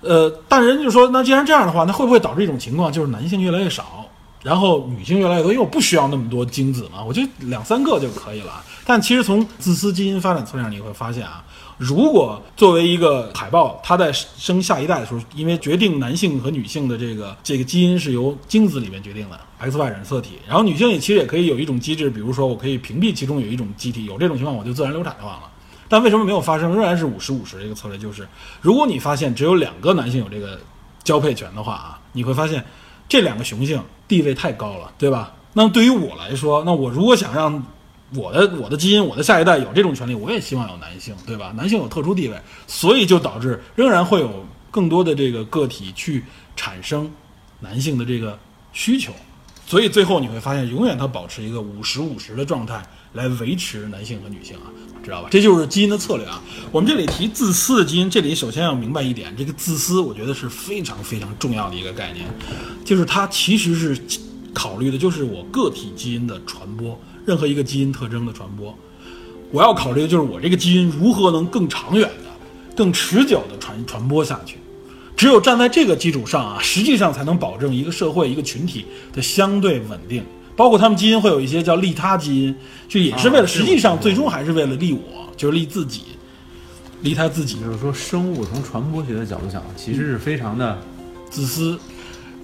呃，但人就说，那既然这样的话，那会不会导致一种情况，就是男性越来越少，然后女性越来越多？因为我不需要那么多精子嘛，我就两三个就可以了。但其实从自私基因发展策略上，你会发现啊，如果作为一个海豹，它在生下一代的时候，因为决定男性和女性的这个这个基因是由精子里面决定的 XY 染色体，然后女性也其实也可以有一种机制，比如说我可以屏蔽其中有一种机体，有这种情况我就自然流产就完了。但为什么没有发生？仍然是五十五十这个策略，就是如果你发现只有两个男性有这个交配权的话啊，你会发现这两个雄性地位太高了，对吧？那对于我来说，那我如果想让我的我的基因，我的下一代有这种权利，我也希望有男性，对吧？男性有特殊地位，所以就导致仍然会有更多的这个个体去产生男性的这个需求，所以最后你会发现，永远它保持一个五十五十的状态来维持男性和女性啊，知道吧？这就是基因的策略啊。我们这里提自私的基因，这里首先要明白一点，这个自私我觉得是非常非常重要的一个概念，就是它其实是考虑的就是我个体基因的传播，任何一个基因特征的传播。我要考虑的就是我这个基因如何能更长远的、更持久的传传播下去。只有站在这个基础上啊，实际上才能保证一个社会、一个群体的相对稳定。包括他们基因会有一些叫利他基因，就也是为了，实际上最终还是为了利我，就是利自己，利他自己。就是说生物从传播学的角度讲，其实是非常的自私。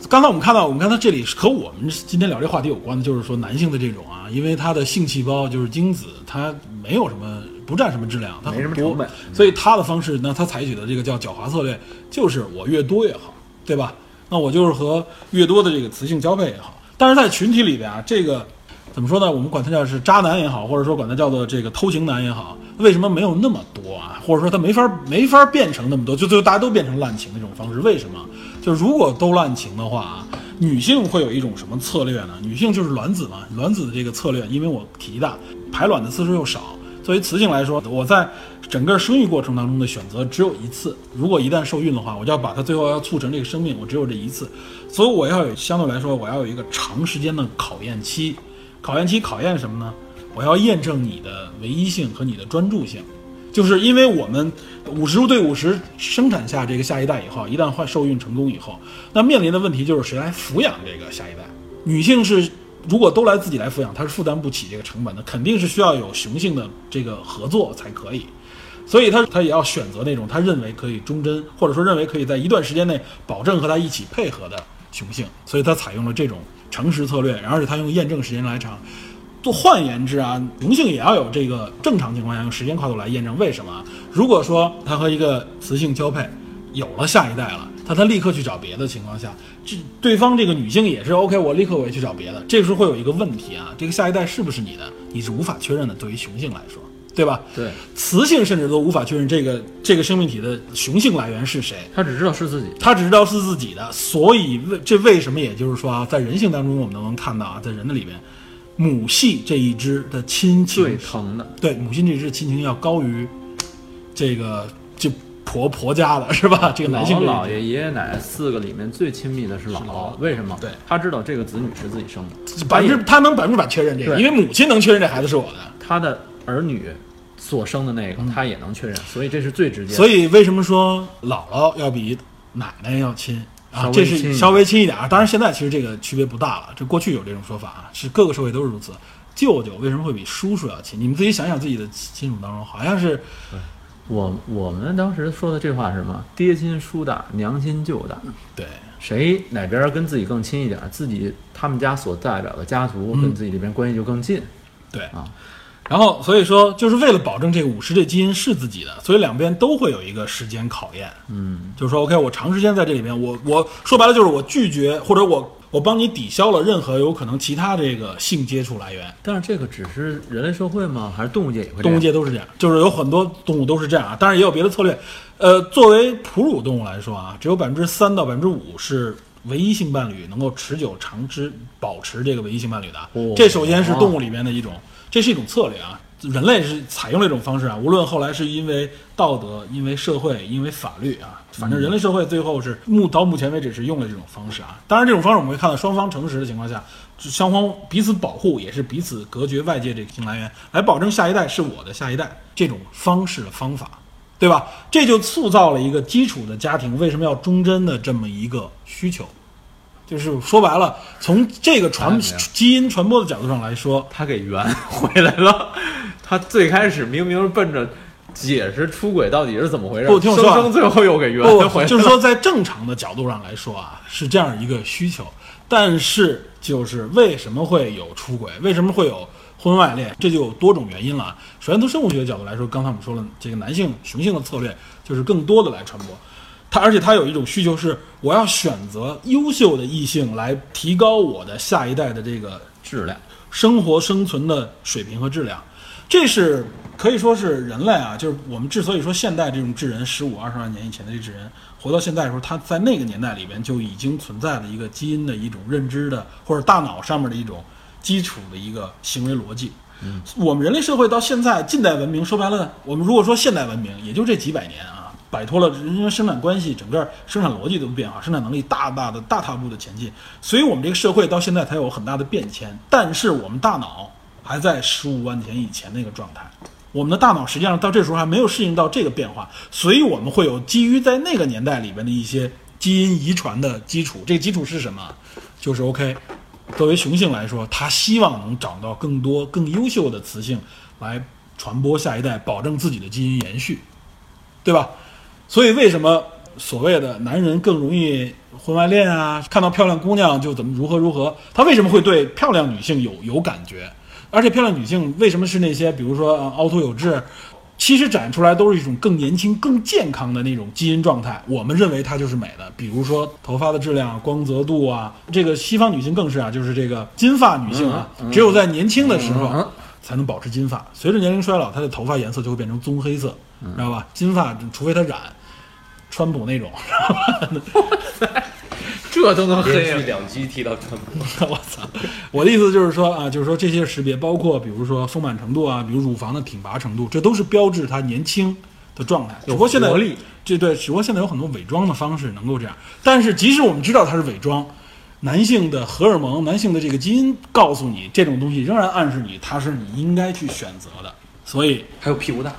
刚才我们看到，我们看到这里是和我们今天聊这话题有关的，就是说男性的这种啊，因为他的性细胞就是精子，它没有什么不占什么质量，它没什很么多成本，所以他的方式呢，他采取的这个叫狡猾策略，就是我越多越好，对吧？那我就是和越多的这个雌性交配也好，但是在群体里边啊，这个怎么说呢？我们管它叫是渣男也好，或者说管它叫做这个偷情男也好，为什么没有那么多啊？或者说它没法没法变成那么多，就最后大家都变成滥情那种方式，为什么？就如果都滥情的话啊，女性会有一种什么策略呢？女性就是卵子嘛，卵子的这个策略，因为我体积大，排卵的次数又少，作为雌性来说，我在整个生育过程当中的选择只有一次。如果一旦受孕的话，我就要把它最后要促成这个生命，我只有这一次，所以我要有相对来说，我要有一个长时间的考验期。考验期考验什么呢？我要验证你的唯一性和你的专注性。就是因为我们五十对五十生产下这个下一代以后，一旦换受孕成功以后，那面临的问题就是谁来抚养这个下一代？女性是如果都来自己来抚养，她是负担不起这个成本的，肯定是需要有雄性的这个合作才可以。所以她她也要选择那种她认为可以忠贞，或者说认为可以在一段时间内保证和她一起配合的雄性。所以她采用了这种诚实策略，而且她用验证时间来长。做换言之啊，雄性也要有这个正常情况下用时间跨度来验证。为什么啊？如果说它和一个雌性交配，有了下一代了，它它立刻去找别的情况下，这对方这个女性也是 OK，我立刻我也去找别的。这时候会有一个问题啊，这个下一代是不是你的，你是无法确认的。对于雄性来说，对吧？对，雌性甚至都无法确认这个这个生命体的雄性来源是谁。他只知道是自己。他只知道是自己的，所以为这为什么也就是说啊，在人性当中我们都能看到啊，在人的里面，母系这一支的亲情最疼的，对母亲这支亲情要高于这个这婆婆家的是吧？这个男性这一支老姥爷、爷爷奶奶四个里面最亲密的是姥姥，为什么？对他知道这个子女是自己生的，百分之他能百分之百确认这个，对因为母亲能确认这孩子是我的。他的儿女所生的那嗯个，他也能确认，所以这是最直接的。所以为什么说姥姥要比奶奶要亲稍啊微？这亲一是点稍微亲一点啊。当然现在其实这个区别不大了，这过去有这种说法啊，是各个社会都是如此。舅舅为什么会比叔叔要亲？你们自己想想自己的亲属当中，好像是我我们当时说的这话是什么？爹亲叔大，娘亲舅大，对谁哪边跟自己更亲一点，自己他们家所代表的家族跟自己这边关系就更近。对啊。然后所以说，就是为了保证这个五十这基因是自己的，所以两边都会有一个时间考验。嗯，就是说，OK，我长时间在这里面，我我说白了就是我拒绝，或者我我帮你抵消了任何有可能其他这个性接触来源。但是这个只是人类社会吗？还是动物界也会这样？动物界都是这样，就是有很多动物都是这样啊，当然也有别的策略。呃，作为哺乳动物来说啊，只有百分之三到百分之五是唯一性伴侣能够持久长之保持这个唯一性伴侣的啊。哦这首先是动物里面的一种，这是一种策略啊。人类是采用了一种方式啊，无论后来是因为道德、因为社会、因为法律啊，反嗯正人类社会最后是目到目前为止是用了这种方式啊。当然，这种方式我们会看到双方诚实的情况下，就双方彼此保护，也是彼此隔绝外界这个性来源，来保证下一代是我的下一代这种方式的方法，对吧？这就塑造了一个基础的家庭为什么要忠贞的这么一个需求，就是说白了，从这个传看见没有基因传播的角度上来说，他给圆回来了。他最开始明明是奔着解释出轨到底是怎么回事，不听我说啊生生最后又给圆不，回来了。就是说在正常的角度上来说啊，是这样一个需求，但是就是为什么会有出轨，为什么会有婚外恋，这就有多种原因了啊。首先从生物学的角度来说，刚才我们说了，这个男性雄性的策略就是更多的来传播。他而且他有一种需求是，我要选择优秀的异性来提高我的下一代的这个质量。生活生存的水平和质量，这是可以说是人类啊，就是我们之所以说现代这种智人，十五二十万年以前的这智人活到现在的时候，他在那个年代里边就已经存在了一个基因的一种认知的，或者大脑上面的一种基础的一个行为逻辑。我们人类社会到现在近代文明，说白了，我们如果说现代文明，也就这几百年啊，摆脱了人为生产关系，整个生产逻辑都变化，啊生产能力大大的大踏步的前进，所以我们这个社会到现在才有很大的变迁。但是我们大脑还在十五万年以前那个状态，我们的大脑实际上到这时候还没有适应到这个变化，所以我们会有基于在那个年代里边的一些基因遗传的基础。这个基础是什么？就是 OK，作为雄性来说，他希望能找到更多更优秀的雌性来传播下一代，保证自己的基因延续，对吧？所以为什么所谓的男人更容易婚外恋啊？看到漂亮姑娘就怎么如何如何？他为什么会对漂亮女性有有感觉？而且漂亮女性为什么是那些比如说、呃凹凸有致？其实展出来都是一种更年轻、更健康的那种基因状态，我们认为它就是美的。比如说头发的质量、光泽度啊，这个西方女性更是啊，就是这个金发女性啊，只有在年轻的时候、才能保持金发。随着年龄衰老，她的头发颜色就会变成棕黑色，知道吧？金发除非她染，川普那种，这都能黑连啊续！两击踢到川普， 我操！我的意思就是说啊，就是说这些识别，包括比如说丰满程度啊，比如乳房的挺拔程度，这都是标志他年轻的状态。只不过现在活力，这对，只不过现在有很多伪装的方式能够这样。但是即使我们知道它是伪装，男性的荷尔蒙、男性的这个基因告诉你这种东西，仍然暗示你它是你应该去选择的。所以还有屁股大，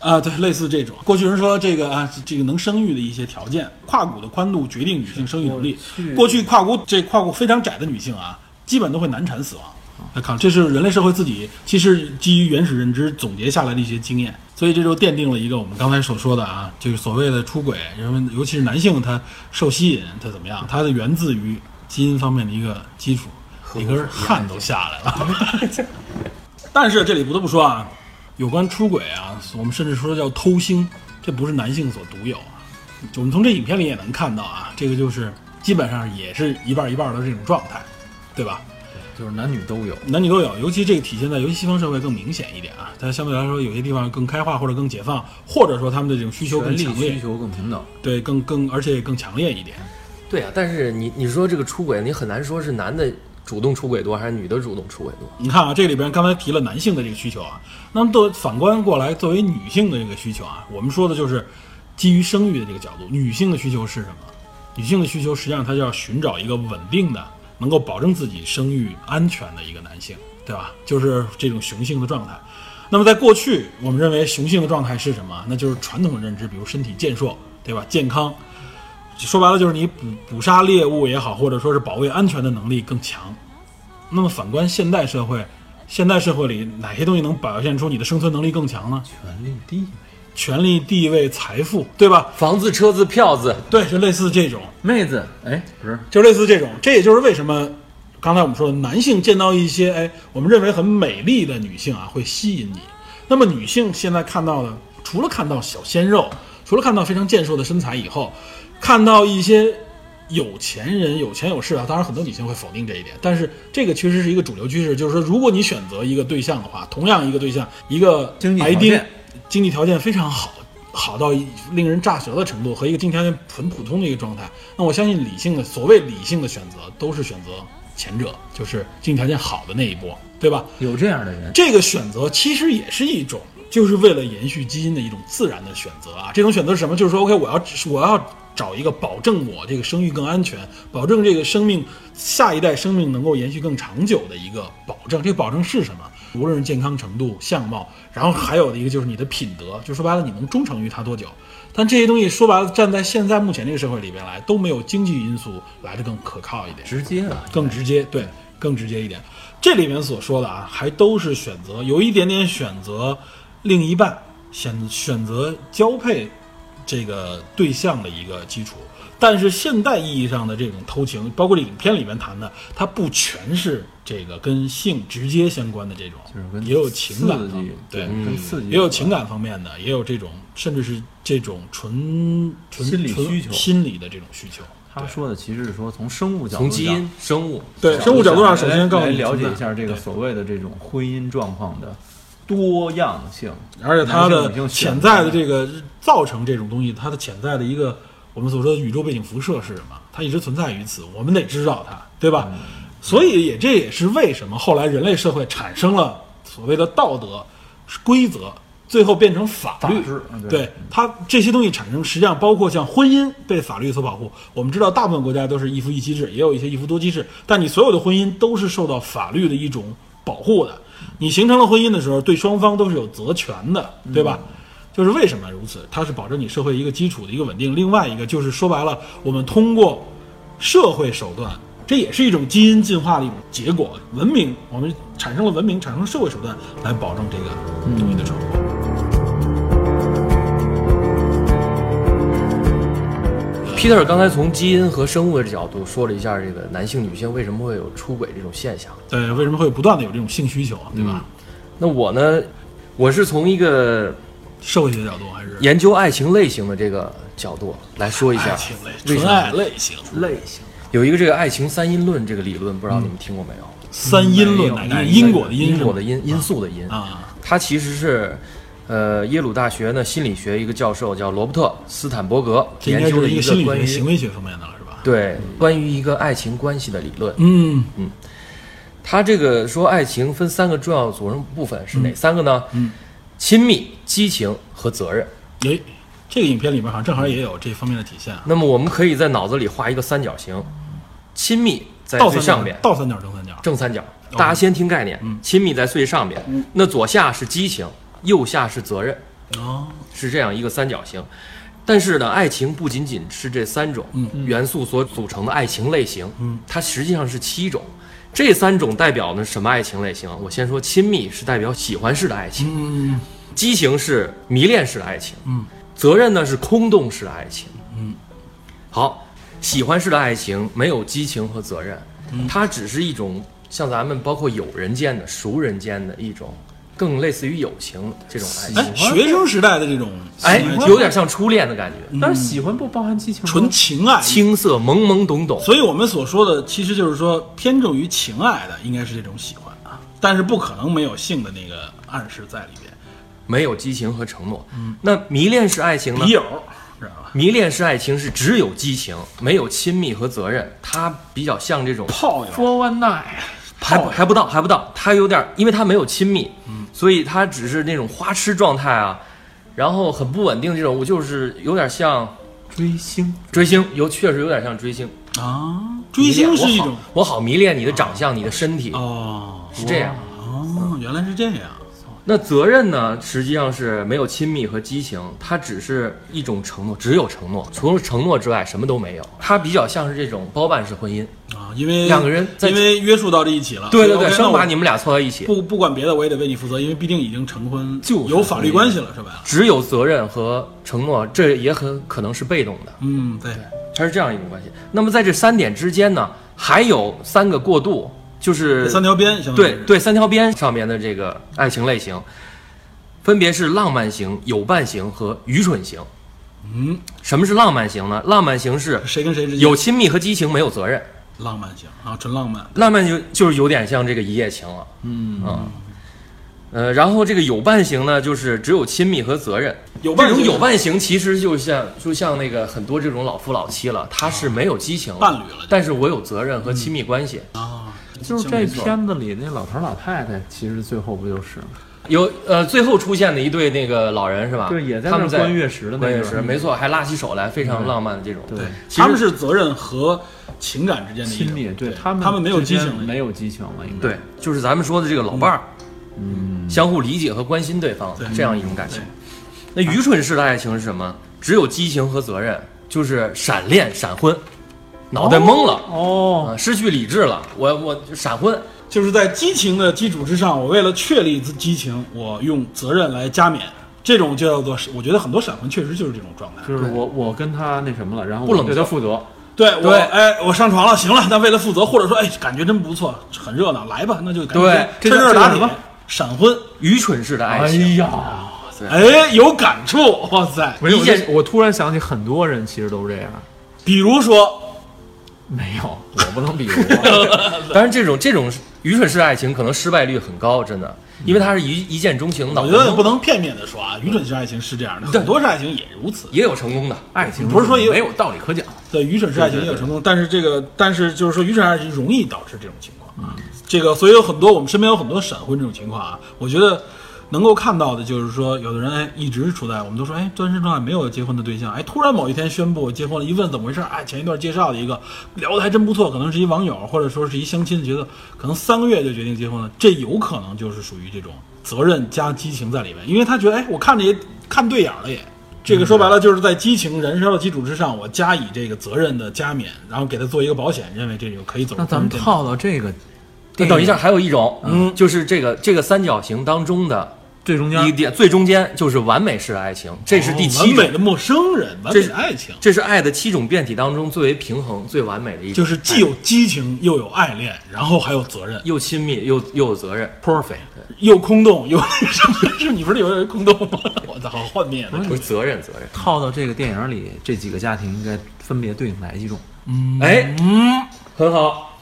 啊，对，类似这种，过去人说这个啊，这个能生育的一些条件，胯骨的宽度决定女性生育能力。过去胯骨这胯骨非常窄的女性啊，基本都会难产死亡。来看，这是人类社会自己其实基于原始认知总结下来的一些经验，所以这就奠定了一个我们刚才所说的啊，就是所谓的出轨，人们尤其是男性他受吸引，他怎么样，他的源自于基因方面的一个基础，一根汗都下来了。但是这里不得不说啊，有关出轨啊，我们甚至说叫偷腥，这不是男性所独有啊。就我们从这影片里也能看到啊，这个就是基本上也是一半儿一半儿的这种状态，对吧？就是男女都有。男女都有，尤其这个体现在尤其西方社会更明显一点啊。它相对来说有些地方更开化或者更解放，或者说他们的这种需求更权利强需烈，求更平等，对，更更而且更强烈一点。对啊，但是你你说这个出轨，你很难说是男的主动出轨多还是女的主动出轨多。你看啊，这里边刚才提了男性的这个需求啊，那么作反观过来，作为女性的这个需求啊，我们说的就是基于生育的这个角度，女性的需求是什么？女性的需求实际上她就要寻找一个稳定的、能够保证自己生育安全的一个男性，对吧？就是这种雄性的状态。那么在过去，我们认为雄性的状态是什么？那就是传统的认知，比如身体健硕，对吧？健康，说白了就是你捕捕杀猎物也好，或者说是保卫安全的能力更强。那么反观现代社会，现代社会里哪些东西能表现出你的生存能力更强呢？权利地位。权力、地位、财富，对吧？房子、车子、票子，对，就类似这种，妹子，哎，不是，就类似这种。这也就是为什么刚才我们说的，男性见到一些哎我们认为很美丽的女性啊，会吸引你。那么女性现在看到的，除了看到小鲜肉，除了看到非常健硕的身材以后，看到一些有钱人有钱有势啊，当然很多女性会否定这一点，但是这个确实是一个主流趋势，就是说，如果你选择一个对象的话，同样一个对象，一个经济条白丁件，经济条件非常好，好到一令人炸舌的程度，和一个经济条件很普通的一个状态，那我相信理性的所谓理性的选择都是选择前者，就是经济条件好的那一波，对吧？有这样的人，这个选择其实也是一种，就是为了延续基因的一种自然的选择啊。这种选择是什么？就是说，OK，我要我要找一个保证我这个生育更安全，保证这个生命下一代生命能够延续更长久的一个保证。这个保证是什么？无论是健康程度、相貌，然后还有的一个就是你的品德，就说白了，你能忠诚于他多久？但这些东西说白了，站在现在目前这个社会里边来，都没有经济因素来的更可靠一点。直接啊了，更直接，对，更直接一点。这里面所说的啊，还都是选择，有一点点选择另一半，选选择交配这个对象的一个基础。但是现代意义上的这种偷情，包括这影片里面谈的，它不全是这个跟性直接相关的这种，就是跟也有情感刺方面激，对，跟刺激也有情感方面的，也有这种，甚至是这种纯纯心理纯需求心理的这种需求。他说的其实是说从生物角度从基上因、生物，对生物角度上，首先告诉来你了解存一在下这个对所谓的这种婚姻状况的多样性，而且它男性的女性选潜择在的这个造成这种东西，它的潜在的一个我们所说的宇宙背景辐射是什么？它一直存在于此，我们得知道它，对吧？嗯所以也这也是为什么后来人类社会产生了所谓的道德规则，最后变成法律法治嗯。对对它这些东西产生，实际上包括像婚姻被法律所保护。我们知道，大部分国家都是一夫一妻制，也有一些一夫多妻制，但你所有的婚姻都是受到法律的一种保护的。你形成了婚姻的时候，对双方都是有责权的，对吧？就是为什么如此？它是保证你社会一个基础的一个稳定。另外一个就是说白了，我们通过社会手段，这也是一种基因进化的一种结果。文明，我们产生了文明，产生了社会手段来保证这个东西的成果。 Peter 刚才从基因和生物的角度说了一下，这个男性、女性为什么会有出轨这种现象。对，为什么会不断的有这种性需求啊？对吧？嗯那我呢，我是从一个社会学角度还是研究爱情类型的这个角度来说一下，爱情类、为纯什么爱类型、类型有一个这个爱情三因论这个理论，不知道你们听过没有？三因论，乃至因果的因因是果吗，的因，因素的因。啊，它其实是，呃，耶鲁大学呢心理学一个教授叫罗伯特斯坦伯格这应研该究了是一个个心理关学、于行为学方面的了，是吧？对关于一个爱情关系的理论。嗯他这个说爱情分三个重要组成部分是哪三个呢？嗯，亲密、激情和责任。哎，这个影片里边好像正好也有这方面的体现啊。那么我们可以在脑子里画一个三角形，亲密嗯在倒最三上边角，，倒三角，正三角。正三角。大家先听概念，亲密在最上边，那左下是激情，右下是责任，哦，是这样一个三角形。但是呢，爱情不仅仅是这三种元素所组成的爱情类型，嗯，它实际上是七种。这三种代表呢什么爱情类型啊？我先说亲密是代表喜欢式的爱情，嗯，激情是迷恋式的爱情，嗯，责任呢是空洞式的爱情，嗯，好，喜欢式的爱情没有激情和责任，它只是一种像咱们包括友人间的、熟人间的一种，更类似于友情这种爱哎，情，学生时代的这种哎喜欢，有点像初恋的感觉，但是喜欢不包含激情吗，纯情爱，嗯青涩、懵懵懂懂，所以我们所说的，其实就是说偏重于情爱的，应该是这种喜欢啊，但是不可能没有性的那个暗示在里边。没有激情和承诺。那迷恋式爱情呢笔？嗯友，知道吧？迷恋式爱情是只有激情，没有亲密和责任，它比较像这种炮友，啊还不还不到，还不到，他有点儿，因为他没有亲密，嗯所以他只是那种花痴状态啊，然后很不稳定这种，我就是有点像追星，追星，有确实有点像追星，啊，追星是一我种啊好我好迷恋你的长相，你的身体哦是这样。哦，原来是这样，那责任呢，实际上是没有亲密和激情，它只是一种承诺，只有承诺，除了承诺之外什么都没有，它比较像是这种包办式婚姻，啊，因为两个人在因为约束到这一起了，对对对， OK，那生我把你们俩凑到一起，不不管别的，我也得为你负责，因为毕竟已经成婚，就是有法律关系了，是吧？只有责任和承诺，这也很可能是被动的。嗯，对，它是这样一种关系。那么在这三点之间呢，还有三个过渡，就是三条边，相当于对是对三条边上面的这个爱情类型，分别是浪漫型、有伴型和愚蠢型。嗯，什么是浪漫型呢？浪漫型是谁跟谁之间有亲密和激情，没有责任。浪漫型啊，纯浪漫，浪漫就就是有点像这个一夜情了。嗯呃，然后这个有伴型呢，就是只有亲密和责任。有伴这种型有伴型，其实就像就像那个很多这种老夫老妻了，他是没有激哦情了伴侣了但是我有责任和亲密关系。嗯啊，就是行这没错片子里那老头儿老太太，其实最后不就是吗有呃，最后出现的一对那个老人是吧？对也在他们那儿观月食的那观月段食，儿嗯没错，还拉起手来，非常浪漫的这种。对对，其实他们是责任和情感之间的一种亲密？对他他们，们没有激情了，没有激情了，应该对，就是咱们说的这个老伴儿，嗯，相互理解和关心对方对嗯这样一种感情对。那愚蠢式的爱情是什么？只有激情和责任，就是闪恋、闪婚，脑袋懵了。哦，啊，失去理智了，我我就闪婚，就是在激情的基础之上，我为了确立激情，我用责任来加冕，这种就叫做，我觉得很多闪婚确实就是这种状态。就是我我跟他那什么了，然后不我冷对静他负责，对我，对哎，我上床了，行了，那为了负责，或者说，哎，感觉真不错，很热闹，来吧，那就赶紧对趁这叫热打这叫什铁么，闪婚，愚蠢式的爱情。哎呀，哎，有感触，哇塞！没有一见我我突然想起很多人其实都这样，比如说，没有，我不能 比如。当然，这种这种愚蠢式的爱情可能失败率很高，真的，因为它是一一见钟情，脑嗯我子觉得也懵不能片面的说啊，愚蠢式爱情是这样的，很多式爱情也如此。也有成功的，嗯爱情不是说也有没有道理可讲，对，愚蠢式爱情也有成功，但是这个，但是就是说，愚蠢式爱情容易导致这种情况。这个，所以有很多我们身边有很多闪婚这种情况啊。我觉得能够看到的就是说，有的人哎一直处在我们都说哎单身状态，没有结婚的对象，哎突然某一天宣布结婚了，一问怎么回事儿？哎前一段介绍的一个聊的还真不错，可能是一网友或者说是一相亲，觉得可能三个月就决定结婚了，这有可能就是属于这种责任加激情在里面，因为他觉得哎我看着也看对眼儿了也。这个说白了就是在激情燃烧的基础之上，我加以这个责任的加冕，然后给他做一个保险，认为这就可以走。那咱们套到这个那电影等一下，还有一种，嗯，就是这个这个三角形当中的最中间一点，最中间就是完美式的爱情，这是第七哦完美种，的陌生人，完这美是的爱情，这是爱的七种变体当中最为平衡、最完美的一种，就是既有激情又有爱恋，然后还有责任，又亲密又又有责任。 perfect，又空洞又什么？是你不是有人空洞吗？我操，好幻灭的！不是责任，责任。套到这个电影里，这几个家庭应该分别对应哪几种？哎，嗯，很好，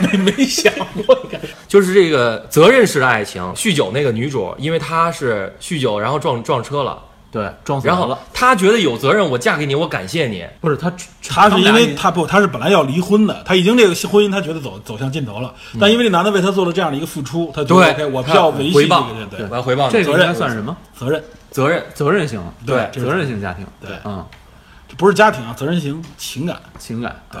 没没想过，你看就是这个责任式的爱情。酗酒那个女主，因为她是酗酒，然后撞撞车了，对，撞死然人后了。他觉得有责任，我嫁给你，我感谢你。不是他，他是们因俩为也他不，他是本来要离婚的，他已经这个婚姻他觉得走走向尽头了，但因为这男的为他做了这样的一个付出，嗯他觉得 OK，对我他要维系回这报个人对我要回报你这个应啊责该任算什么？责任，责任。责任型，对这是责任型家庭，对嗯，这不是家庭啊，责任型情感。情感，嗯对，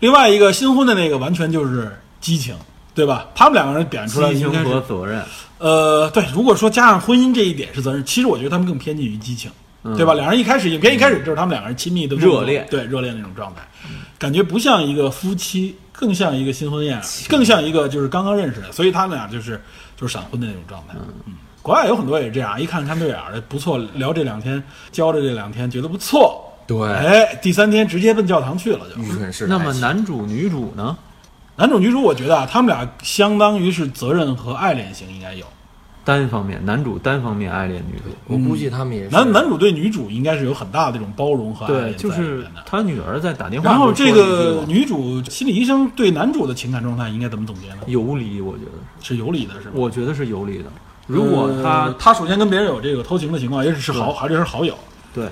另外一个新婚的那个完全就是激情，对吧？他们两个人表现出来激应情该和是责任，呃，对，如果说加上婚姻这一点是责任，其实我觉得他们更偏近于激情，嗯对吧？两人一开始影片一开始就是他们两个人亲密的那种热恋对热恋那种状态，感觉不像一个夫妻，更像一个新婚燕尔，更像一个就是刚刚认识的，所以他们俩就是就是闪婚的那种状态。嗯，国外有很多也是这样，一看看对眼儿哎的不错，聊这两天交着这两天觉得不错，对，哎，第三天直接奔教堂去了就。愚蠢是那么男主女主呢？男主女主，我觉得啊，他们俩相当于是责任和爱恋型应该有。单方面，男主单方面爱恋女主，我估计他们也是男男主对女主应该是有很大的这种包容和爱对，恋就在里是面的。他女儿在打电话，然后这个女主心理医生对男主的情感状态应该怎么总结呢？游离，我觉得是，是有理的，是吧？我觉得是游离的。如果他呃他首先跟别人有这个偷情的情况，也许是好，而且是好友，对，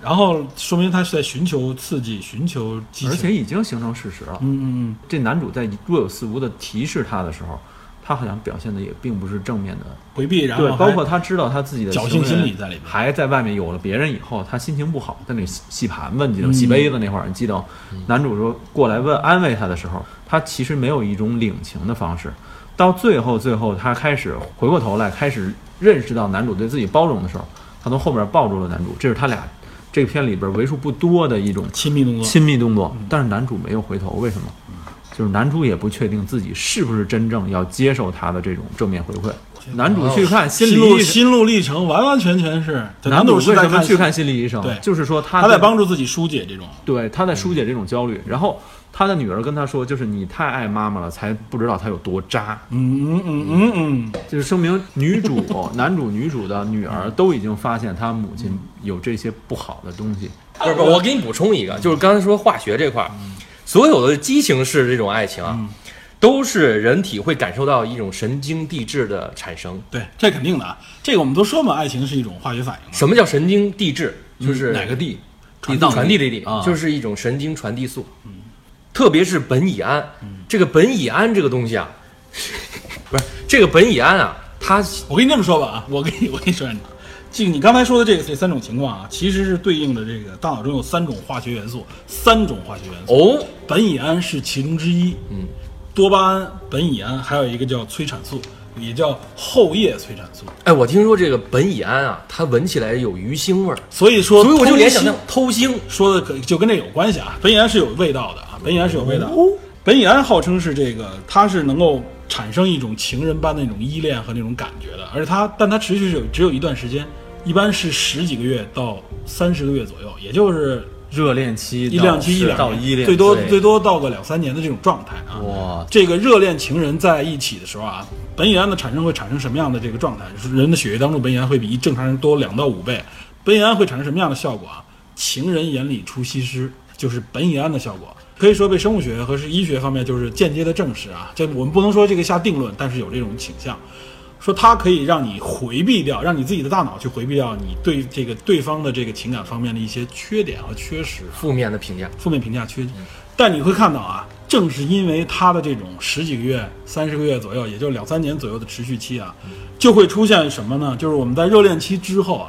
然后说明他是在寻求刺激，寻求激而情。且已经形成事实了，嗯嗯这男主在若有似无的提示他的时候，他好像表现的也并不是正面的，嗯，回避，然后对，还包括他知道他自己的侥幸情人心理在里边还在外面有了别人以后，他心情不好，在那洗洗盘子，嗯你记得吗洗杯子那会儿，你记得吗男主说过来问安慰他的时候，他其实没有一种领情的方式。到最后，最后他开始回过头来，开始认识到男主对自己包容的时候，他从后面抱住了男主，这是他俩这个片里边为数不多的一种亲密动作，亲密动作，但是男主没有回头，为什么？就是男主也不确定自己是不是真正要接受他的这种正面回馈。男主去看心心理路医生，心路历程完完全全是男主主为是什在么去看心理医生？对就是说他他在在帮助自己疏解这种对，他在疏解这种焦虑。然后他的女儿跟他说，就是你太爱妈妈了，才不知道她有多渣。嗯嗯嗯嗯嗯，就是说明女主、男主、女主的女儿都已经发现她母亲有这些不好的东西。不是不是，我给你补充一嗯个，就是刚才说化学这块儿，所有的激情式这种爱情嗯啊，都是人体会感受到一种神经递质的产嗯生。对，这肯定的啊，这个我们都说嘛，爱情是一种化学反应嘛。什么叫神经递质？就是嗯哪个地？传递传递的递啊，嗯就是一种神经传递素。特别是苯乙胺，这个苯乙胺这个东西 啊，不是这个苯乙胺啊，它我跟你这么说吧啊，我跟你我跟你说，这个你刚才说的这个这三种情况啊，其实是对应的这个大脑中有三种化学元素，三种化学元素，哦，苯乙胺是其中之一，嗯，多巴胺、苯乙胺，还有一个叫催产素，也叫后叶催产素。哎，我听说这个苯乙胺啊，它闻起来有鱼腥味儿，所以说，所以我就联想到偷腥偷腥。说的可就跟这有关系啊。苯乙胺是有味道的啊，苯乙胺是有味道的。苯乙胺号称是这个，它是能够产生一种情人般的那种依恋和那种感觉的，而且它，但它持续是有只有一段时间，一般是十几个月到三十个月左右，也就是热恋期一两期一两到年依恋，最多对最多到个两三年的这种状态啊。哇这个热恋情人在一起的时候啊，苯乙胺的产生会产生什么样的这个状态？就是人的血液当中苯乙胺会比正常人多两到五倍，苯乙胺会产生什么样的效果啊？情人眼里出西施，就是苯乙胺的效果。可以说被生物学和是医学方面就是间接的证实啊，这我们不能说这个下定论，但是有这种倾向，说它可以让你回避掉，让你自己的大脑去回避掉你对这个对方的这个情感方面的一些缺点和缺失。负面的评价，负面评价缺，嗯但你会看到啊，正是因为他的这种十几个月、三十个月左右，也就两三年左右的持续期嗯啊，就会出现什么呢？就是我们在热恋期之后啊，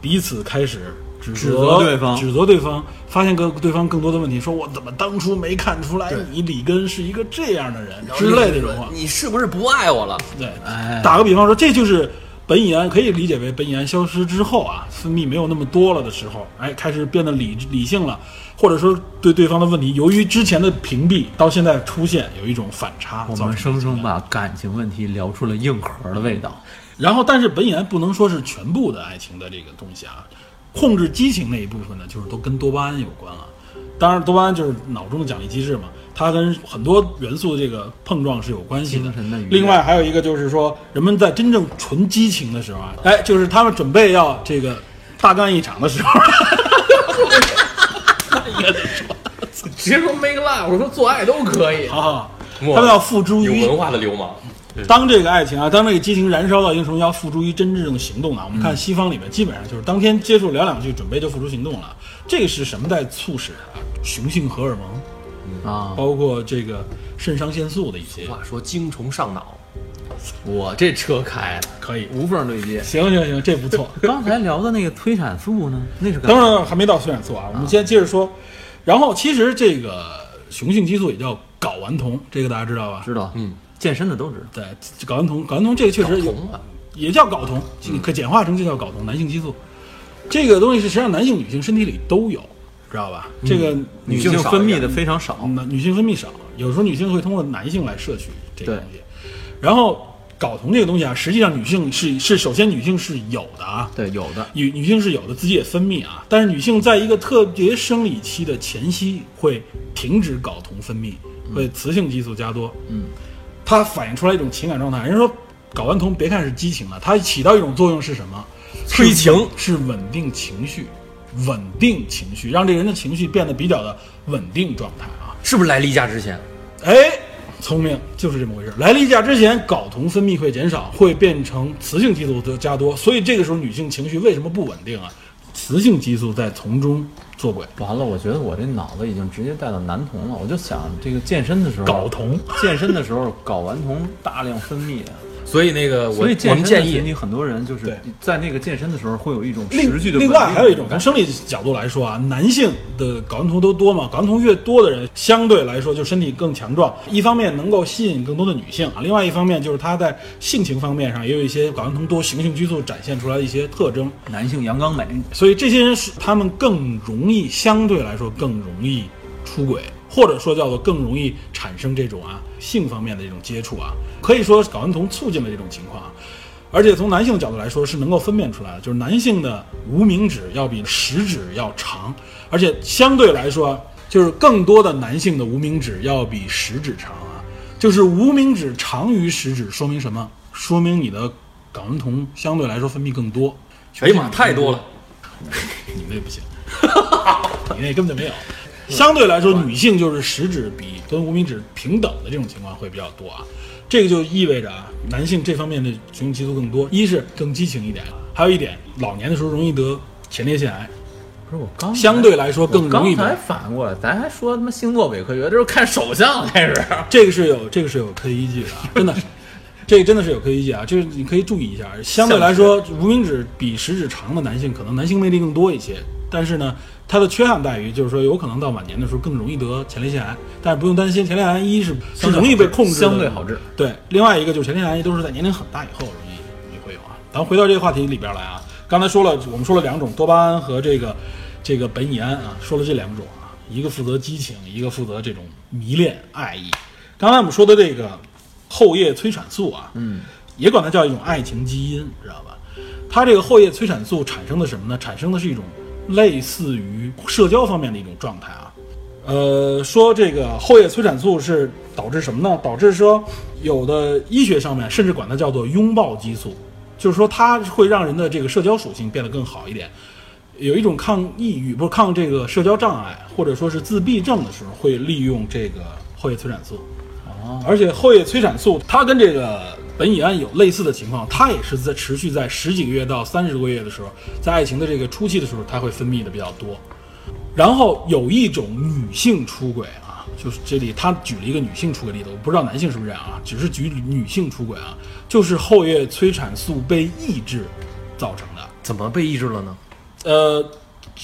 彼此开始指责指责对方指责对方，发现更对方更多的问题，说我怎么当初没看出来你里根是一个这样的人之类的这种话。你是不是不爱我了？对，哎打个比方说，这就是苯乙胺，可以理解为苯乙胺消失之后啊，分泌没有那么多了的时候，哎，开始变得理理性了，或者说对对方的问题，由于之前的屏蔽，到现在出现有一种反差，我造们成生生把感情问题聊出了硬核的味 道。然后，但是苯乙胺不能说是全部的爱情的这个东西啊，控制激情那一部分呢，就是都跟多巴胺有关了。当然，多巴胺就是脑中的奖励机制嘛，它跟很多元素的这个碰撞是有关系的精神的愉悦。另外还有一个就是说，人们在真正纯激情的时候啊，哎，就是他们准备要这个大干一场的时候，直接说 make love，我说做爱都可以。好好，哇啊他们要付诸有于文化的流氓，当这个爱情啊，当这个激情燃烧到一定程度，要付诸于真正的行动呢？啊我们嗯看西方里面，基本上就是当天接触聊两句，准备就付出行动了。这个是什么在促使它？雄性荷尔蒙，啊，包括这个肾上腺素的一些，话说精虫上脑，我这车开的可以。无缝对接。行行行，这不错。刚才聊的那个催产素呢？那是干等会嘛？儿还没到催产素啊，我们先接着说。然后其实这个雄性激素也叫睾丸酮，这个大家知道吧？知道，嗯，健身的都知道。对，睾丸酮，睾丸酮这个确实有红啊，也叫睾酮，你可简化成就叫睾酮，男性激素。这个东西是实际上男性、女性身体里都有，知道吧？这个女性性少分一泌点的非常少，那嗯女性分泌少，有时候女性会通过男性来摄取这个东西。然后睾酮这个东西啊，实际上女性是是首先女性是有的啊，对，有的女女性是有的，自己也分泌啊，但是女性在一个特别生理期的前夕会停止睾酮分泌，嗯会雌性激素加多。嗯，它反映出来一种情感状态。人家说睾丸酮别看是激情了，啊它起到一种作用是什么？催情是稳定情绪，稳定情绪，让这个人的情绪变得比较的稳定状态啊。是不是来例假之前？哎，聪明，就是这么回事儿。来例假之前，睾酮分泌会减少，会变成雌性激素的加多，所以这个时候女性情绪为什么不稳定啊？雌性激素在从中作鬼，完了，我觉得我这脑子已经直接带到男同了。我就想这个健身的时候，睾酮。 健身的时候睾丸酮大量分泌，啊所以那个我所以我健们身建的群议体很多人就是对在那个健身的时候会有一种另持续的另稳定外还有一种，从感生理角度来说啊，男性的睾丸酮都多嘛，睾丸酮越多的人，相对来说就身体更强壮。一方面能够吸引更多的女性啊，另外一方面就是他在性情方面上也有一些睾丸酮多雄性激素展现出来的一些特征。男性阳刚美，所以这些人是他们更容易，相对来说更容易出轨，或者说叫做更容易产生这种啊性方面的这种接触啊，可以说睾丸酮促进了这种情况啊。而且从男性的角度来说，是能够分辨出来的，就是男性的无名指要比食指要长，而且相对来说啊，就是更多的男性的无名指要比食指长啊。就是无名指长于食指，说明什么？说明你的睾丸酮相对来说分泌更多。哎呀妈，太多了，你那不行， 你那根本就没有。相对来说，女性就是食指比跟无名指平等的这种情况会比较多啊。这个就意味着啊，男性这方面的雄性激素更多，一是更激情一点，还有一点，老年的时候容易得前列腺癌。不是我刚才相对来说更容易我刚才得反过来，咱还说他妈星座伪科学，这是看手相开始。 这个是有这个是有科学依据的啊，真的是，这个真的是有科学依据啊，就是你可以注意一下。相对来说，无名指比食指长的男性，可能男性魅力更多一些，但是呢，它的缺憾在于，就是说有可能到晚年的时候更容易得前列腺癌，但是不用担心，前列腺癌一是是相对好容易被控制的，相对好治。对，另外一个就是前列腺癌都是在年龄很大以后容易容易会有啊。咱回到这个话题里边来啊，刚才说了，我们说了两种多巴胺和这个这个苯乙胺啊，说了这两种啊，一个负责激情，一个负责这种迷恋爱意。刚才我们说的这个后叶催产素啊，嗯，也管它叫一种爱情基因，知道吧？它这个后叶催产素产生的什么呢？产生的是一种类似于社交方面的一种状态啊。呃，说这个后叶催产素是导致什么呢？导致说有的医学上面甚至管它叫做拥抱激素，就是说它会让人的这个社交属性变得更好一点。有一种抗抑郁，不是抗这个社交障碍，或者说是自闭症的时候，会利用这个后叶催产素。而且后叶催产素它跟这个苯乙胺有类似的情况，它也是在持续在十几个月到三十个月的时候，在爱情的这个初期的时候，它会分泌的比较多。然后有一种女性出轨啊，就是这里他举了一个女性出轨例子，我不知道男性是不是这样啊，只是举女性出轨啊，就是后叶催产素被抑制造成的。怎么被抑制了呢？呃，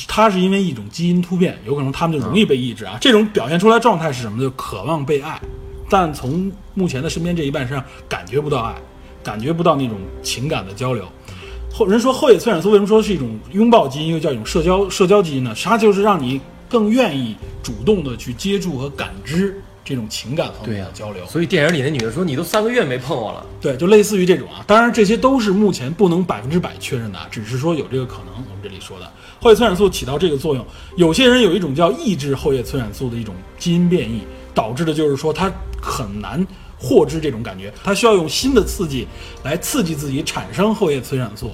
它是因为一种基因突变，有可能他们就容易被抑制啊。这种表现出来状态是什么呢？就渴望被爱，但从目前的身边这一半身上感觉不到爱，感觉不到那种情感的交流。后人说后野催产素为什么说是一种拥抱基因，又叫一种社交社交基因呢？它就是让你更愿意主动的去接触和感知这种情感方面的交流。所以电影里那女的说：“你都三个月没碰我了。对，就类似于这种啊。当然，这些都是目前不能百分之百确认的，啊，只是说有这个可能。我们这里说的后叶催产素起到这个作用，有些人有一种叫抑制后叶催产素的一种基因变异，导致的就是说他很难获知这种感觉，他需要用新的刺激来刺激自己产生后叶催产素。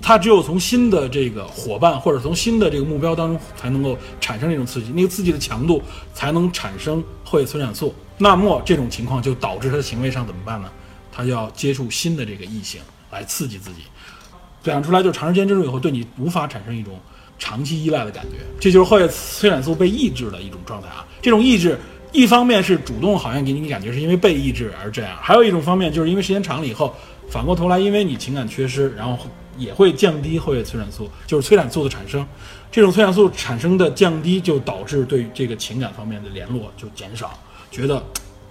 他只有从新的这个伙伴或者从新的这个目标当中，才能够产生这种刺激，那个刺激的强度才能产生后叶催产素。那么这种情况就导致他的行为上怎么办呢？他要接触新的这个异性来刺激自己。表现出来就是长时间接触以后，对你无法产生一种长期依赖的感觉，这就是后叶催产素被抑制的一种状态啊。这种抑制，一方面是主动好像给你感觉是因为被抑制而这样，还有一种方面就是因为时间长了以后，反过头来因为你情感缺失，然后也会降低后叶催产素，就是催产素的产生。这种催产素产生的降低，就导致对这个情感方面的联络就减少，觉得。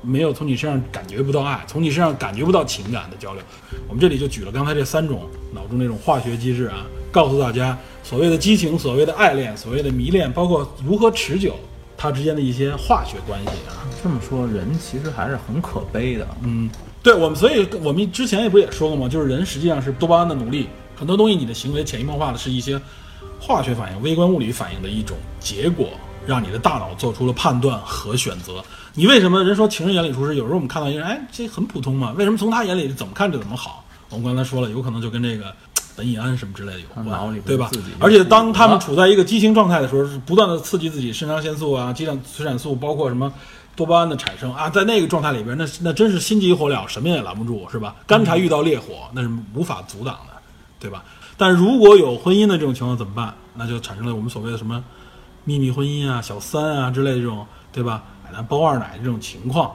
没有从你身上感觉不到爱，从你身上感觉不到情感的交流。我们这里就举了刚才这三种脑中那种化学机制啊，告诉大家所谓的激情、所谓的爱恋、所谓的迷恋，包括如何持久，它之间的一些化学关系啊。这么说，人其实还是很可悲的。嗯，对，我们所以我们之前也不也说过吗？就是人实际上是多巴胺的奴隶，很多东西你的行为潜移默化的是一些化学反应、微观物理反应的一种结果。让你的大脑做出了判断和选择。你为什么人说情人眼里出西？有时候我们看到一个人，哎，这很普通嘛，为什么从他眼里怎么看就怎么好？我们刚才说了，有可能就跟这个苯乙胺什么之类的有脑里关，边对吧自己？而且当他们处在一个激情状态的时候，是不断的刺激自己肾上腺素啊、激量催产素，包括什么多巴胺的产生啊，在那个状态里边，那那真是心急火燎，什么也拦不住，是吧？干柴遇到烈火，那是无法阻挡的，对吧？但如果有婚姻的这种情况怎么办？那就产生了我们所谓的什么秘密婚姻啊、小三啊之类这种，对吧？奶包二奶这种情况，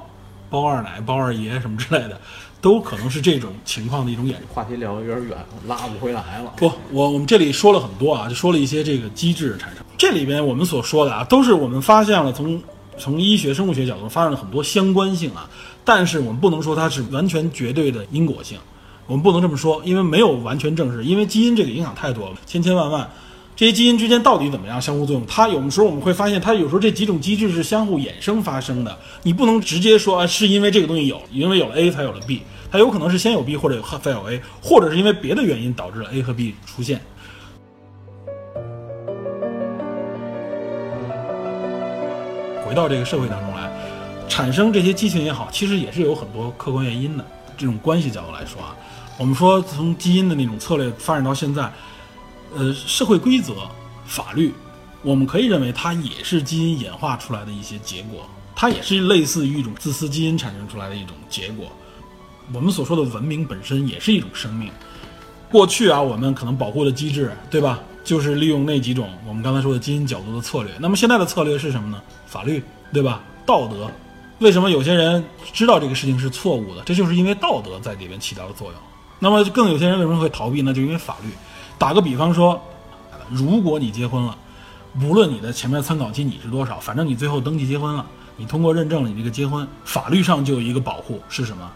包二奶、包二爷什么之类的，都可能是这种情况的一种衍生。话题聊得有点远，拉不回来了。不，我我们这里说了很多啊，就说了一些这个机制产生。这里边我们所说的啊，都是我们发现了从从医学生物学角度发现了很多相关性啊，但是我们不能说它是完全绝对的因果性，我们不能这么说，因为没有完全证实，因为基因这个影响太多了，千千万万。这些基因之间到底怎么样相互作用？它有的时候我们会发现，它有时候这几种机制是相互衍生发生的。你不能直接说啊，是因为这个东西有，因为有了 A 才有了 B，它有可能是先有 B 或者有再有 A，或者是因为别的原因导致了 A 和 B 出现。回到这个社会当中来，产生这些激情也好，其实也是有很多客观原因的。这种关系角度来说啊，我们说从基因的那种策略发展到现在，呃，社会规则、法律，我们可以认为它也是基因演化出来的一些结果，它也是类似于一种自私基因产生出来的一种结果。我们所说的文明本身也是一种生命。过去啊，我们可能保护的机制，对吧？就是利用那几种我们刚才说的基因角度的策略。那么现在的策略是什么呢？法律，对吧？道德。为什么有些人知道这个事情是错误的？这就是因为道德在里面起到了作用。那么更有些人为什么会逃避呢？就因为法律。打个比方说，如果你结婚了，无论你的前面参考期你是多少，反正你最后登记结婚了，你通过认证了你这个结婚，法律上就有一个保护是什么？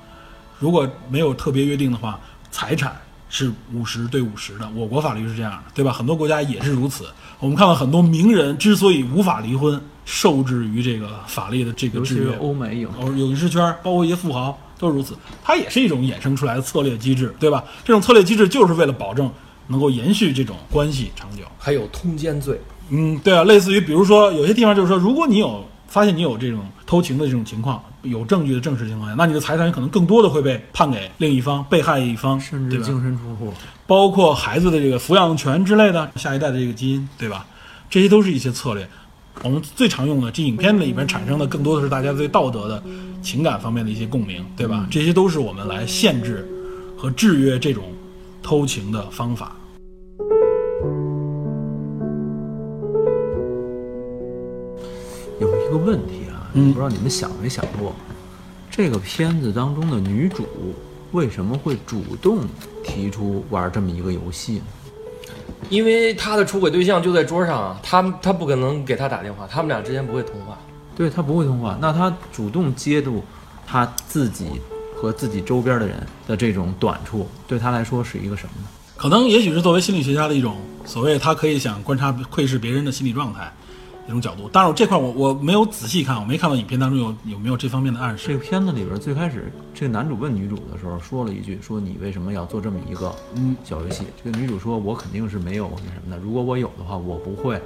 如果没有特别约定的话，财产是五十对五十的，我国法律是这样的，对吧？很多国家也是如此。我们看到很多名人之所以无法离婚，受制于这个法律的这个尤其制是约。欧美影视哦，影视圈儿包括一些富豪都是如此，它也是一种衍生出来的策略机制，对吧？这种策略机制就是为了保证能够延续这种关系长久。还有通奸罪，嗯，对啊，类似于比如说有些地方就是说，如果你有发现你有这种偷情的这种情况，有证据的证实情况下，那你的财产可能更多的会被判给另一方被害一方，甚对至吧净身出户，包括孩子的这个抚养权之类的，下一代的这个基因，对吧？这些都是一些策略。我们最常用的这影片里面产生的，更多的是大家对道德的、情感方面的一些共鸣，对嗯吧？这些都是我们来限制和制约这种偷情的方法。有一个问题啊，嗯不知道你们想没想过，这个片子当中的女主为什么会主动提出玩这么一个游戏呢？因为他的出轨对象就在桌上啊，他他不可能给他打电话，他们俩之间不会通话。对她不会通话，那她主动揭露她自己和自己周边的人的这种短处，对她来说是一个什么呢？可能也许是作为心理学家的一种所谓，他可以想观察窥视别人的心理状态一种角度。当然，我这块我我没有仔细看，我没看到影片当中有有没有这方面的暗示这。个片子里边最开始，这个男主问女主的时候说了一句：“说你为什么要做这么一个嗯小游戏？”这个女主说：“我肯定是没有那什么的，如果我有的话，我不会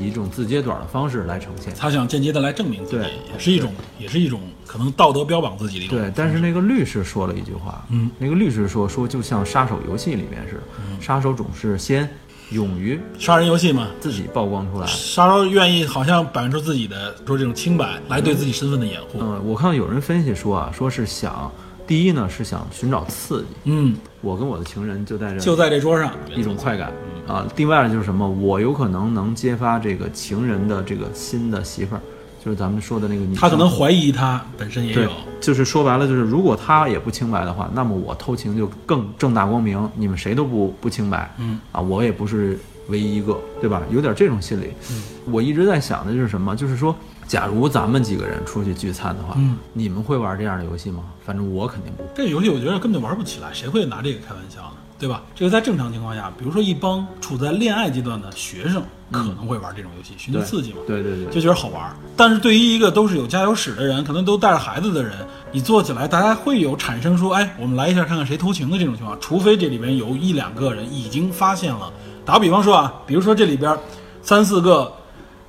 以一种自揭短的方式来呈现。”他想间接的来证明自己对，也是一种，也是一种可能道德标榜自己的一种。对，但是那个律师说了一句话，嗯，那个律师说说就像杀手游戏里面似的，杀手总是先勇于杀人游戏嘛，自己曝光出来。杀手愿意好像摆出自呃己的说这种清白来对自己身份的掩护。嗯，我看到有人分析说啊，说是想第一呢是想寻找刺激，嗯，我跟我的情人就在这就在这桌上，一种快感嗯啊。另外就是什么，我有可能能揭发这个情人的这个新的媳妇儿，就是咱们说的那个女生。他可能怀疑他本身也对有，，就是说白了，就是如果他也不清白的话，那么我偷情就更正大光明，你们谁都不不清白，嗯啊，我也不是唯一一个，对吧？有点这种心理。嗯我一直在想的就是什么，就是说，假如咱们几个人出去聚餐的话，嗯你们会玩这样的游戏吗？反正我肯定不会。这个游戏我觉得根本就玩不起来，谁会拿这个开玩笑呢？对吧？这个在正常情况下，比如说一帮处在恋爱阶段的学生，可能会玩这种游戏，寻求嗯对刺激嘛，对对对，就觉得好玩儿。但是对于一个都是有家有室的人，可能都带着孩子的人，你做起来，大家会有产生说，哎，我们来一下看看谁偷情的这种情况，除非这里边有一两个人已经发现了。打个比方说啊，比如说这里边三四个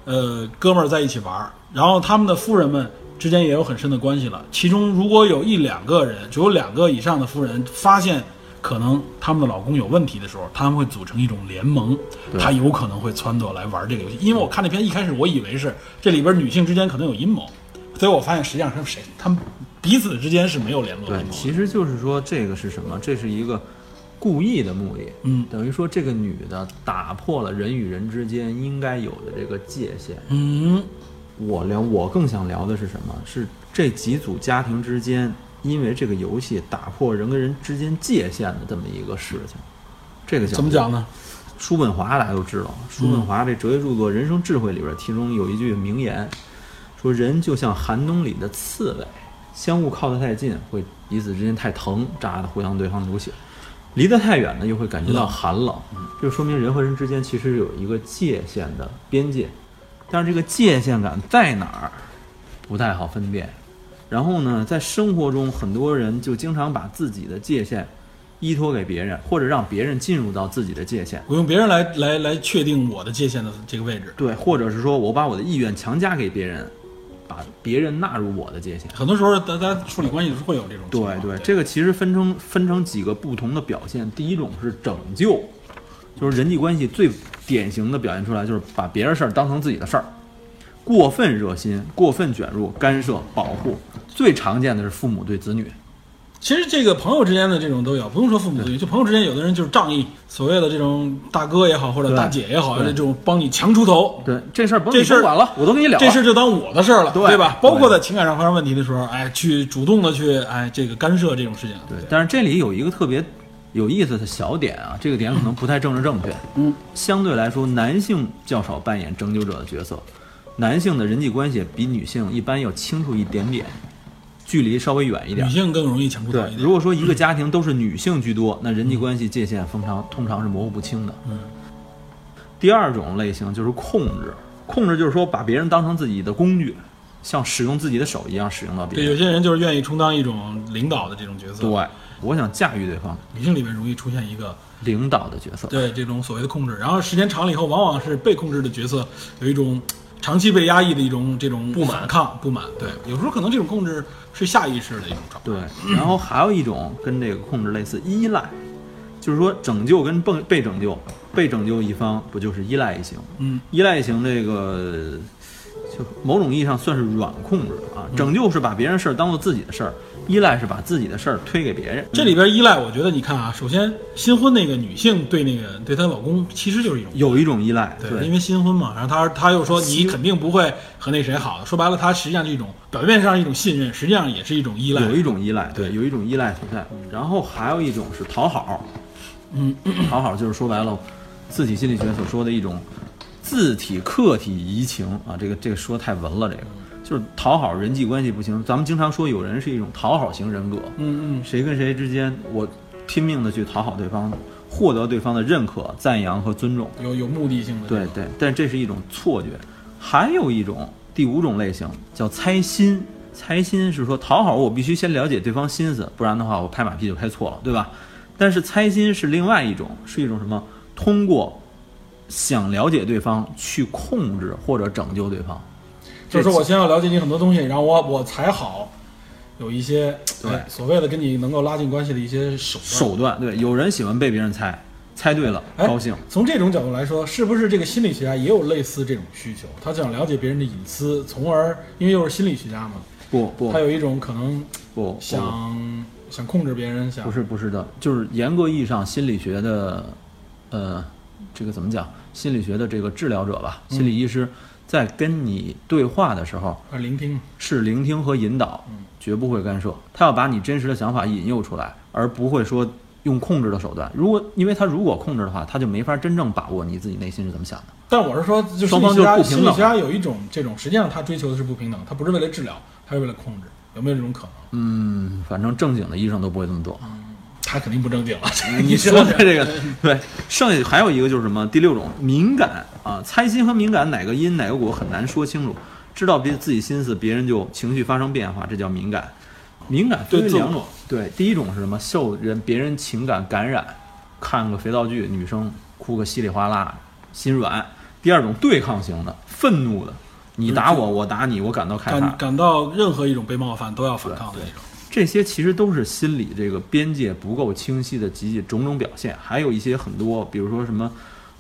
呃哥们儿在一起玩儿，然后他们的夫人们之间也有很深的关系了。其中如果有一两个人，只有两个以上的夫人发现。可能他们的老公有问题的时候，他们会组成一种联盟，他有可能会撺掇来玩这个游戏。因为我看那篇一开始我以为是这里边女性之间可能有阴谋，所以我发现实际上是谁他们彼此之间是没有联络的对阴，谋的。其实就是说这个是什么？这是一个故意的目的，嗯等于说这个女的打破了人与人之间应该有的这个界限。嗯，我聊，我更想聊的是什么？是这几组家庭之间因为这个游戏打破人跟人之间界限的这么一个事情。这个怎么讲？呢？叔本华大家都知道，叔本华这哲学著作《人生智慧》里边，其中有一句名言，说人就像寒冬里的刺猬，相互靠得太近，会彼此之间太疼，扎得互相对方流血；离得太远呢，又会感觉到寒冷。这就说明人和人之间其实有一个界限的边界，但是这个界限感在哪儿，不太好分辨。然后呢，在生活中，很多人就经常把自己的界限依托给别人，或者让别人进入到自己的界限。我用别人来来来确定我的界限的这个位置，对，或者是说我把我的意愿强加给别人，把别人纳入我的界限。很多时候大家处理关系是会有这种情况对对，这个其实分成分成几个不同的表现。第一种是拯救，就是人际关系最典型的表现出来，就是把别人事儿当成自己的事儿，过分热心、过分卷入、干涉、保护。最常见的是父母对子女，其实这个朋友之间的这种都有，不用说父母对，就朋友之间，有的人就是仗义，所谓的这种大哥也好，或者对大姐也好，对这种帮你强出头，对这事儿甭这你事儿甭管了，我都跟你了了。这事儿就当我的事儿了，对对吧？对包括在情感上发生问题的时候，哎，去主动的去哎这个干涉这种事情，对，但是这里有一个特别有意思的小点啊，这个点可能不太政治正确。嗯，相对来说，男性较少扮演拯救者的角色，男性的人际关系比女性一般要清楚一点点，距离稍微远一点女。性更容易强出头对一，点嗯如。果说一个家庭都是女性居多，那人际关系界限通常通常是模糊不清的。嗯。第二种类型就是控制，控制就是说把别人当成自己的工具，像使用自己的手一样使用到别对，有人。些人就是愿意充当一种领导的这种角色。对，我想驾驭对方，女性里面容易出现一个领导的角色。对这种所谓的控制，然后时间长了以后，往往是被控制的角色有一种长期被压抑的一种这种不满、抗、不满。对，有时候可能这种控制是下意识的一种状态。对，然后还有一种跟这个控制类似，依赖，就是说拯救跟被被拯救，被拯救一方不就是依赖一型？嗯，依赖型这个就某种意义上算是软控制啊，嗯拯救是把别人事儿当做自己的事儿，依赖是把自己的事儿推给别人。这里边依赖，我觉得你看啊，首先新婚那个女性对那个对她老公其实就是一种。有一种依赖，对，因为新婚嘛，然后她她又说你肯定不会和那谁好的，说白了，她实际上是一种表面上一种信任，实际上也是一种依赖。有一种依赖，对有一种依赖存在。然后还有一种是讨好，嗯，讨好就是说白了，自体心理学所说的一种自体客体移情啊，这个这个说太文了，这个嗯就是讨好人际关系不行。咱们经常说有人是一种讨好型人格，嗯嗯，谁跟谁之间我拼命的去讨好对方，获得对方的认可、赞扬和尊重。嗯有有目的性的。对，对，但这是一种错觉。还有一种第五种类型叫猜心，猜心是说讨好我必须先了解对方心思，不然的话我拍马屁就拍错了，对吧？但是猜心是另外一种，是一种什么？通过想了解对方去控制或者拯救对方。就是我先要了解你很多东西，然后我我才好有一些对哎所谓的跟你能够拉近关系的一些手段。手段，对，有人喜欢被别人猜，猜对了哎高兴。从这种角度来说，是不是这个心理学家也有类似这种需求？他想了解别人的隐私，从而因为又是心理学家嘛，不不他有一种可能不不，想想控制别人，想不是不是的，就是严格意义上心理学的，呃，这个怎么讲？心理学的这个治疗者吧，心理医师在跟你对话的时候，啊聆听，是聆听和引导，绝不会干涉。他要把你真实的想法引诱出来，而不会说用控制的手段。如果因为他如果控制的话，他就没法真正把握你自己内心是怎么想的。但我是说，就双心方理学家，就是不平心等理学家有一种这种，实际上他追求的是不平等，他不是为了治疗，他是为了控制，有没有这种可能？嗯，反正正经的医生都不会这么做。他肯定不正经了。 你说说的这个对，剩下还有一个就是什么？第六种敏感啊，猜心和敏感哪个因哪个果很难说清楚，知道别自己心思，别人就情绪发生变化，这叫敏感。敏感分为对自我两种，对，第一种是什么？受人别人情感感染，看个肥皂剧，女生哭个稀里哗啦，心软。第二种对抗型的，愤怒的，你打我，我打你，我感到害怕嗯感，感到任何一种被冒犯都要反抗的那种。这些其实都是心理这个边界不够清晰的极其种种表现，还有一些很多，比如说什么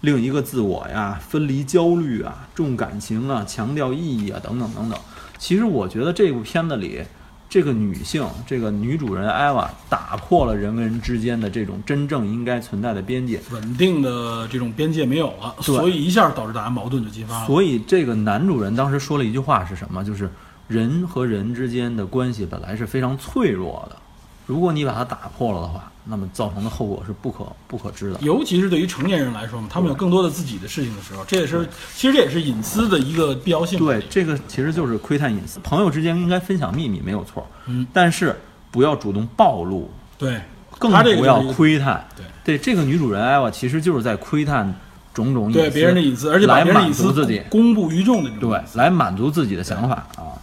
另一个自我呀、分离焦虑啊、重感情啊、强调意义啊等等等等。其实我觉得这部片子里，这个女性，这个女主人艾娃打破了人跟人之间的这种真正应该存在的边界，稳定的这种边界没有了，所以一下导致大家矛盾就激发了。所以这个男主人当时说了一句话是什么？就是人和人之间的关系本来是非常脆弱的，如果你把它打破了的话，那么造成的后果是不可不可知的。尤其是对于成年人来说嘛，他们有更多的自己的事情的时候，这也是其实这也是隐私的一个必要性。对，，这个其实就是窥探隐私，朋友之间应该分享秘密没有错，嗯，但是不要主动暴露，对，更他这个不要就是一个窥探。对对，这个女主人艾娃其实就是在窥探种种隐私，对别人的隐私，而且把来别人的满隐足私自己。公布于众的这种。对，来满足自己的想法啊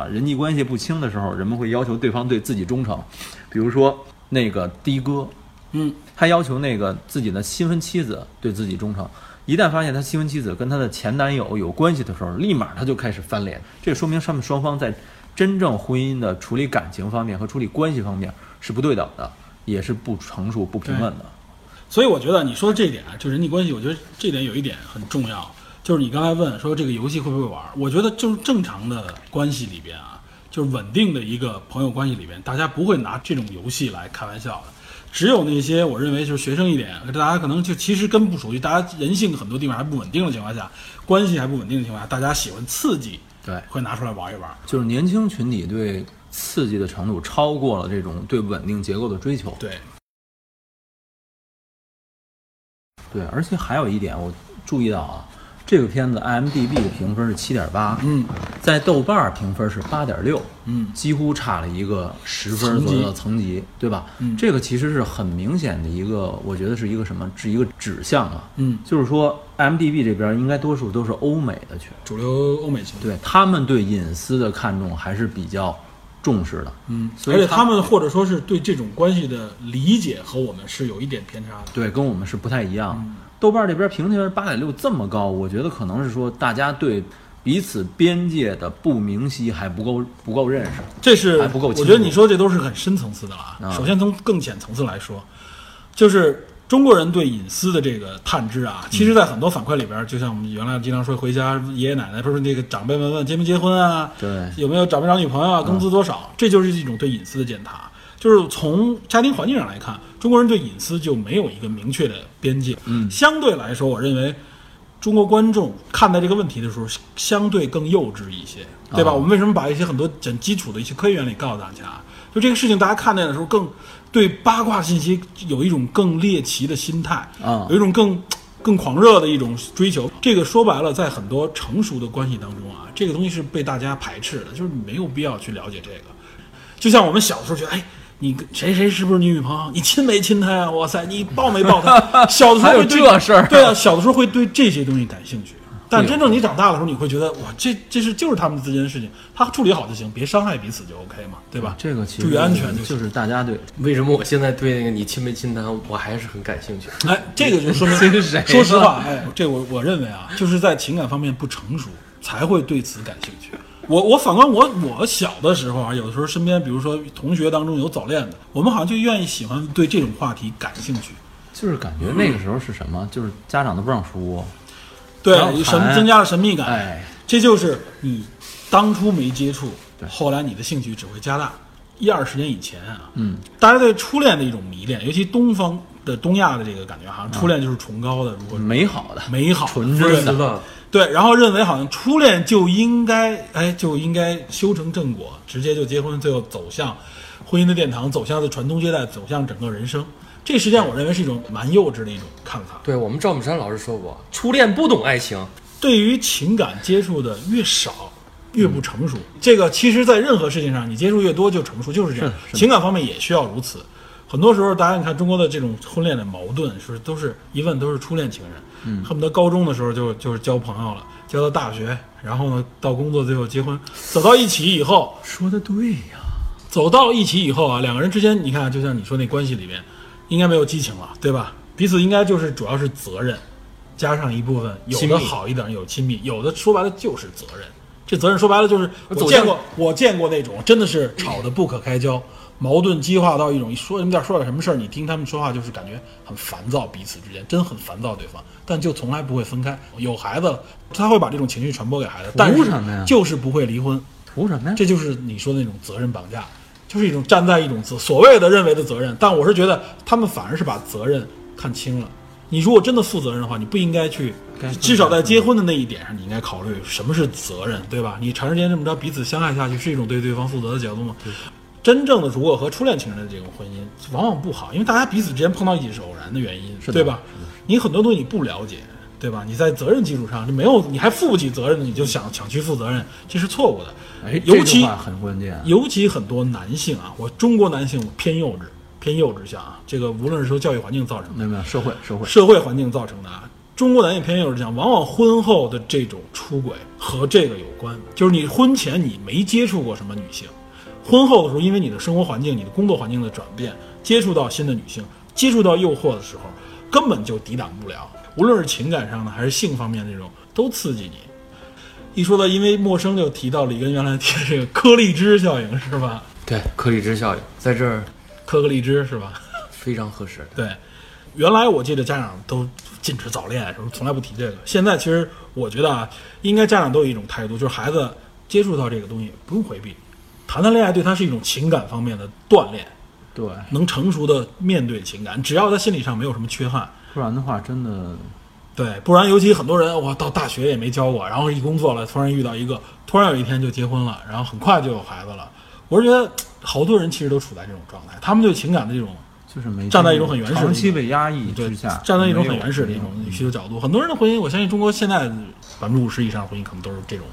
啊！人际关系不清的时候，人们会要求对方对自己忠诚，比如说那个的哥，嗯，他要求那个自己的新婚妻子对自己忠诚。一旦发现他新婚妻子跟他的前男友有关系的时候，立马他就开始翻脸。这说明他们双方在真正婚姻的处理感情方面和处理关系方面是不对等的，也是不成熟、不平稳的。所以我觉得你说的这一点啊，就人际关系，我觉得这点有一点很重要，就是你刚才问说这个游戏会不会玩儿，我觉得就是正常的关系里边啊，就是稳定的一个朋友关系里边，大家不会拿这种游戏来开玩笑的。只有那些我认为就是学生一点，大家可能就其实根不熟悉，大家人性很多地方还不稳定的情况下，关系还不稳定的情况下，大家喜欢刺激，对会拿出来玩一玩。就是年轻群体对刺激的程度超过了这种对稳定结构的追求。对，对，而且还有一点我注意到啊，这个片子 IMDB 的评分是七点八，嗯，在豆瓣儿评分是八点六，嗯几乎差了一个十分层左右的级层级，对吧？嗯这个其实是很明显的一个，我觉得是一个什么，是一个指向啊，嗯就是说 IMDB 这边儿应该多数都是欧美的群，主流欧美情况。对他们对隐私的看重还是比较重视的，嗯，所而以且他他们或者说是对这种关系的理解和我们是有一点偏差的。对，跟我们是不太一样。豆瓣儿这边评分八点六这么高，我觉得可能是说大家对彼此边界的不明晰还不够不够认识。这是还不够我清觉楚得你说这都是很深层次的了啊。啊首先从更浅层次来说，就是中国人对隐私的这个探知嗯啊，其实，在很多反馈里边儿，就像我们原来经常说，回家爷爷奶奶不是那个长辈们问结没结婚啊，对有没有找没找女朋友啊，工资多少，这就是一种对隐私的检查。就是从家庭环境上来看，中国人对隐私就没有一个明确的边界。嗯，相对来说，我认为中国观众看待这个问题的时候，相对更幼稚一些，对吧？我们为什么把一些很多很基础的一些科学原理告诉大家？就这个事情，大家看待的时候更对八卦信息有一种更猎奇的心态，啊有一种更更狂热的一种追求。这个说白了，在很多成熟的关系当中啊，这个东西是被大家排斥的，就是你没有必要去了解这个。就像我们小时候觉得，哎，你跟谁谁是不是你女朋友？你亲没亲她呀？哇塞，你抱没抱她？小的时候会对还有这事儿对啊，小的时候会对这些东西感兴趣。但真正你长大的时候，你会觉得哇，这这是就是他们之间的事情，他处理好就行，别伤害彼此就 OK 嘛，对吧？这个其实注意安全就就行。是大家对为什么我现在对那个你亲没亲他，我还是很感兴趣？哎，这个就说明，说实话，哎，这我我认为啊，就是在情感方面不成熟，才会对此感兴趣。我我反观我我小的时候啊，有的时候身边，比如说同学当中有早恋的，我们好像就愿意喜欢对这种话题感兴趣。就是感觉那个时候是什么？就是家长都不让说，对然后，神谈增加了神秘感。哎，这就是你当初没接触，后来你的兴趣只会加大。一二十年以前啊，嗯，大家对初恋的一种迷恋，尤其东方的东亚的这个感觉，好像初恋就是崇高的，如果美哎好的，美好的嗯纯真对的吧？对，然后认为好像初恋就应该，哎，就应该修成正果，直接就结婚，最后走向婚姻的殿堂，走向的传宗接代，走向整个人生。这实际上我认为是一种蛮幼稚的一种看法。对我们赵本山老师说过，初恋不懂爱情，对于情感接触的越少，越不成熟。这个其实，在任何事情上，你接触越多就成熟，就是这样。情感方面也需要如此。很多时候，大家你看中国的这种婚恋的矛盾，是都是一问都是初恋情人，恨不得高中的时候就就是交朋友了，交到大学，然后呢到工作，最后结婚，走到一起以后，说的对呀，走到一起以后啊，两个人之间，你看，就像你说那关系里面，应该没有激情了，对吧？彼此应该就是主要是责任，加上一部分有亲密的好一点，有亲密，有的说白了就是责任。这责任说白了就是我走向见过，我见过那种真的是吵得不可开交，矛盾激化到一种说什么点说点什么事儿，你听他们说话就是感觉很烦躁，彼此之间真很烦躁对方，但就从来不会分开。有孩子了，他会把这种情绪传播给孩子，但图是什么呀就是不会离婚。图什么呀？这就是你说的那种责任绑架，就是一种站在一种责所谓的认为的责任，但我是觉得他们反而是把责任看轻了。你如果真的负责任的话，你不应该去该，至少在结婚的那一点上，你应该考虑什么是责任，对吧？你长时间这么着彼此相爱下去，是一种对对方负责的角度吗？真正的如果和初恋情人的这种婚姻，往往不好，因为大家彼此之间碰到一起是偶然的原因，的对吧？你很多东西你不了解，对吧？你在责任基础上，你没有，你还负不起责任的，你就想想去负责任，这是错误的。哎，尤这句其话很关键啊。尤其很多男性啊，我中国男性偏幼稚，偏幼稚向啊，这个无论是说教育环境造成的，明白，社会社会社会环境造成的啊。中国男性偏幼稚向，往往婚后的这种出轨和这个有关，就是你婚前你没接触过什么女性，婚后的时候，因为你的生活环境、你的工作环境的转变，接触到新的女性，接触到诱惑的时候，根本就抵挡不了，无论是情感上的还是性方面的这种，都刺激你。一说到因为陌生，就提到了一个原来提的这个颗粒之效应是吧？对，颗粒之效应在这儿颗颗荔枝是吧？非常合适。对，原来我记得家长都禁止早恋，什么从来不提这个。现在其实我觉得啊，应该家长都有一种态度，就是孩子接触到这个东西不用回避，谈谈恋爱对他是一种情感方面的锻炼，对，能成熟的面对情感，只要他心理上没有什么缺憾。不然的话真的对，不然尤其很多人，我到大学也没交过，然后一工作了，突然遇到一个，突然有一天就结婚了，然后很快就有孩子了。我是觉得好多人其实都处在这种状态，他们对情感的这种就是没站在一种很原始的长一期种被压抑对之下，，站在一种没很有原始的一种需求角度，很多人的婚姻，我相信中国现在百分之五十以上的婚姻可能都是这种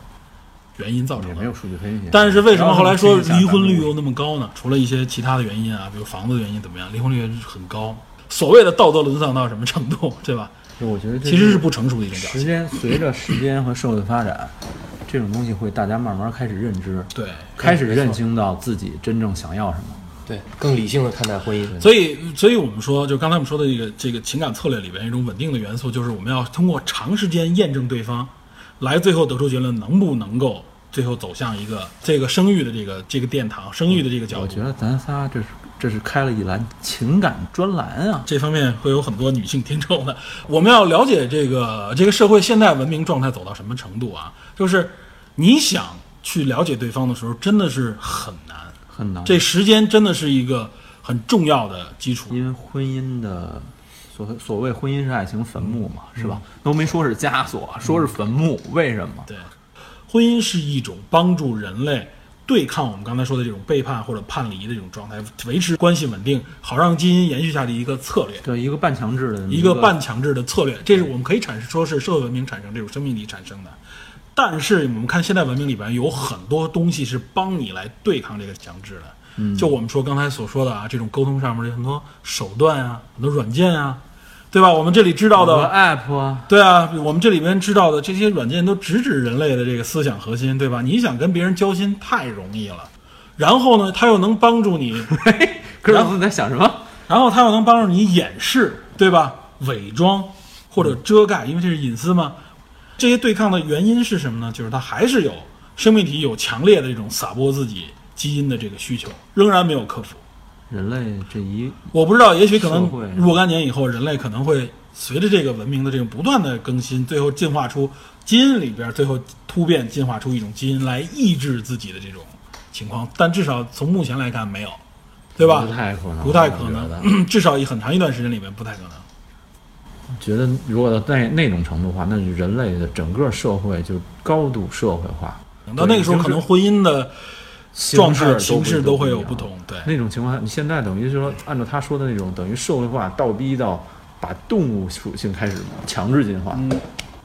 原因造也成没的有。数据分析。但是为什么后来说不要这么离婚率轻易下又那么高呢？除了一些其他的原因啊，比如房子的原因怎么样，离婚率很高。所谓的道德沦丧到什么程度，对吧？单位？我觉得这其实是不成熟的一种表时现。间随着时间和社会发展，这种东西会大家慢慢开始认知，对，开始认清到自己真正想要什么。对，更理性的看待婚姻。所以，所以我们说，就刚才我们说的这个这个情感策略里边一种稳定的元素，就是我们要通过长时间验证对方，来最后得出结论，能不能够最后走向一个这个生育的这个这个殿堂，生育的这个角我度觉。得咱仨这是这是开了一栏情感专栏啊，这方面会有很多女性听众的。我们要了解这个这个社会现代文明状态走到什么程度啊？就是你想去了解对方的时候，真的是很难。很难。这时间真的是一个很重要的基础。因为婚姻的所所谓婚姻是爱情坟墓嘛，是吧？都没说是枷锁，说是坟墓，为什么？嗯对，婚姻是一种帮助人类对抗我们刚才说的这种背叛或者叛离的这种状态，维持关系稳定，好让基因延续下的一个策略。对，一个半强制的一个半强制的策略，这是我们可以阐释说是社会文明产生这种生命力产生的。但是我们看现代文明里边有很多东西是帮你来对抗这个强制的，就我们说刚才所说的啊，这种沟通上面的很多手段啊，很多软件啊，对吧？我们这里知道有个的， app 啊，对啊，我们这里边知道的这些软件都直指人类的这个思想核心，对吧？你想跟别人交心太容易了，然后呢，它又能帮助你可是我在想什么？然后它又能帮助你掩饰，对吧？伪装或者遮盖，因为这是隐私嘛。这些对抗的原因是什么呢？就是它还是有生命体有强烈的这种撒播自己基因的这个需求，仍然没有克服。人类这一我不知道，也许可社会能若干年以后，人类可能会随着这个文明的这种不断的更新，最后进化出基因里边最后突变进化出一种基因来抑制自己的这种情况，但至少从目前来看没有，对吧？不太可能，不太可我觉得能，嗯至少以很长一段时间里面不太可能。觉得如果到那那种程度的话，那是人类的整个社会就高度社会化。等到那个时候，可能婚姻的状态、形式都会有不同。对，那种情况下，你现在等于就是说，按照他说的那种，等于社会化倒逼到把动物属性开始强制进化。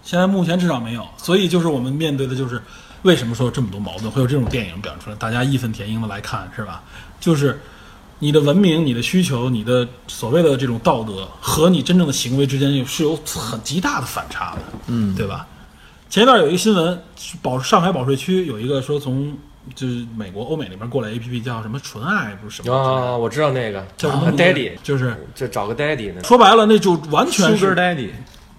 现在目前至少没有，所以就是我们面对的就是为什么说有这么多矛盾，会有这种电影表现出来，大家义愤填膺的来看，是吧？就是你的文明、你的需求、你的所谓的这种道德和你真正的行为之间有是有很极大的反差的，嗯，对吧？前一段有一个新闻，保上海保税区有一个说从就是美国、欧美那边过来 A P P 叫什么“纯爱”，不是什么啊，我知道那个叫什么啊名字，Daddy，就是就找个 Daddy 呢。说白了，那就完全 Sugar 是 Daddy，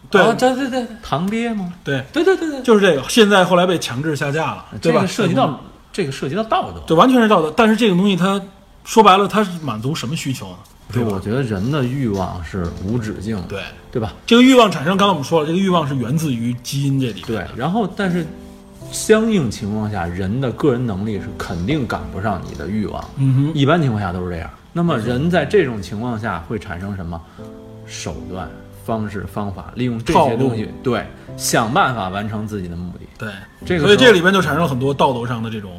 对啊，对对对堂爹吗？对，对对对对，就是这个。现在后来被强制下架了，对这吧？嗯个涉及到这个涉及到道德。对，完全是道德。但是这个东西它说白了，它是满足什么需求呢？对，我觉得人的欲望是无止境的，对，对吧？这个欲望产生，刚才我们说了，这个欲望是源自于基因这里。对，然后但是相应情况下，人的个人能力是肯定赶不上你的欲望。嗯哼，一般情况下都是这样。那么人在这种情况下会产生什么手段、方式、方法，利用这套些路东西，对，想办法完成自己的目的。对，这个所以时候这里边就产生了很多道德上的这种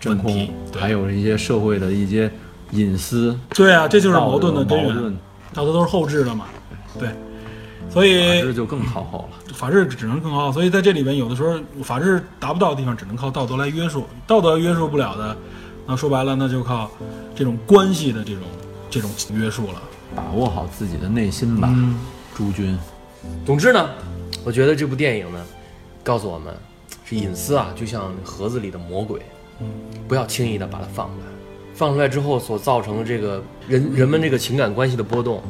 真问空题，，对还有一些社会的一些隐私，对啊，这就是矛盾的道根德矛源盾，。道德都是后置的嘛，对，所以法治就更靠后了。法治只能更好，所以在这里边，有的时候法治达不到的地方，只能靠道德来约束。道德约束不了的，那说白了，那就靠这种关系的这种这种约束了。把握好自己的内心吧，嗯诸君。总之呢，我觉得这部电影呢，告诉我们，是隐私啊，就像盒子里的魔鬼，嗯不要轻易的把它放出来。放出来之后所造成的这个人人们这个情感关系的波动，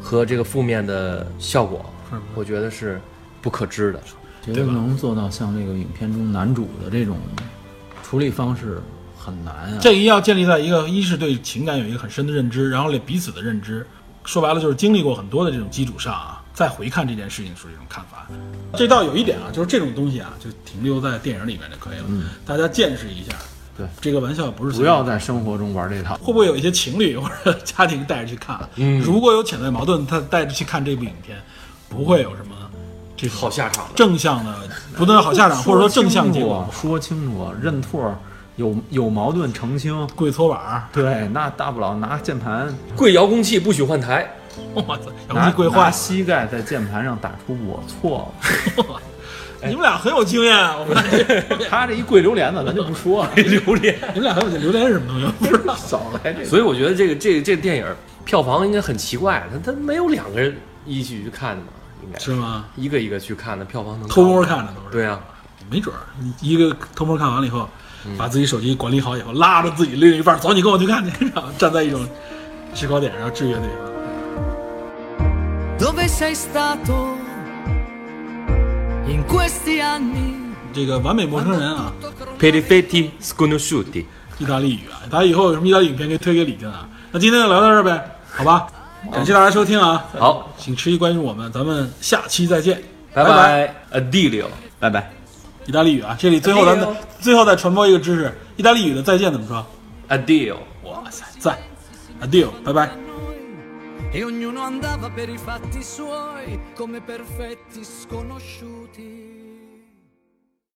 和这个负面的效果，我觉得是不可知的。觉得能做到像这个影片中男主的这种处理方式很难啊。这一要建立在一个一是对情感有一个很深的认知，然后对彼此的认知，说白了就是经历过很多的这种基础上啊，再回看这件事情的时候这种看法。这倒有一点啊，就是这种东西啊，就停留在电影里面就可以了，大家见识一下。嗯对，这个玩笑不是不随便要在生活中玩这套。会不会有一些情侣 或者家庭带着去看？嗯，如果有潜在矛盾，他带着去看这部影片，不会有什么这种好下场的，正向的，不论好下 场啊或者说正向结果，说清啊楚，认错儿，有有矛盾澄清。跪搓板儿， 对，那大不了拿键盘，跪遥控器不许换台，我操，拿要不跪拿坏。膝盖在键盘上打出“我错哎你们俩很有经验啊，我们了”。他这一跪榴莲子，咱就不说了。 榴莲你们俩还有榴莲是什么东西？ 不知道。少来这个。所以我觉得这个这个、这个电影票房应该很奇怪，它它没有两个人一起去看的嘛，应该是吗？一个一个去看的，票房能高偷吗摸看的都是。对啊，没准儿你一个偷摸看完了以后，嗯把自己手机管理好以后，拉着自己另一半儿，走，你跟我去看去，然后站在一种制高点上制约对方。 Dove sei stato in questi anni? 这个完美陌生人啊， Perifetti sconosciuti。意大利语啊，大家以后有什么意大利影片可以推给李健啊。那今天就聊到这儿呗，好吧？感谢大家收听啊，好，请持续关注我们，咱们下期再见，拜拜拜，Adilio。拜拜。意大利语啊，这里最后咱们最后再传播一个知识，意大利语的再见怎么说？ Addio，哇塞，赞，addio，拜拜。 E ognuno andava per i fatti suoi come perfetti sconosciuti.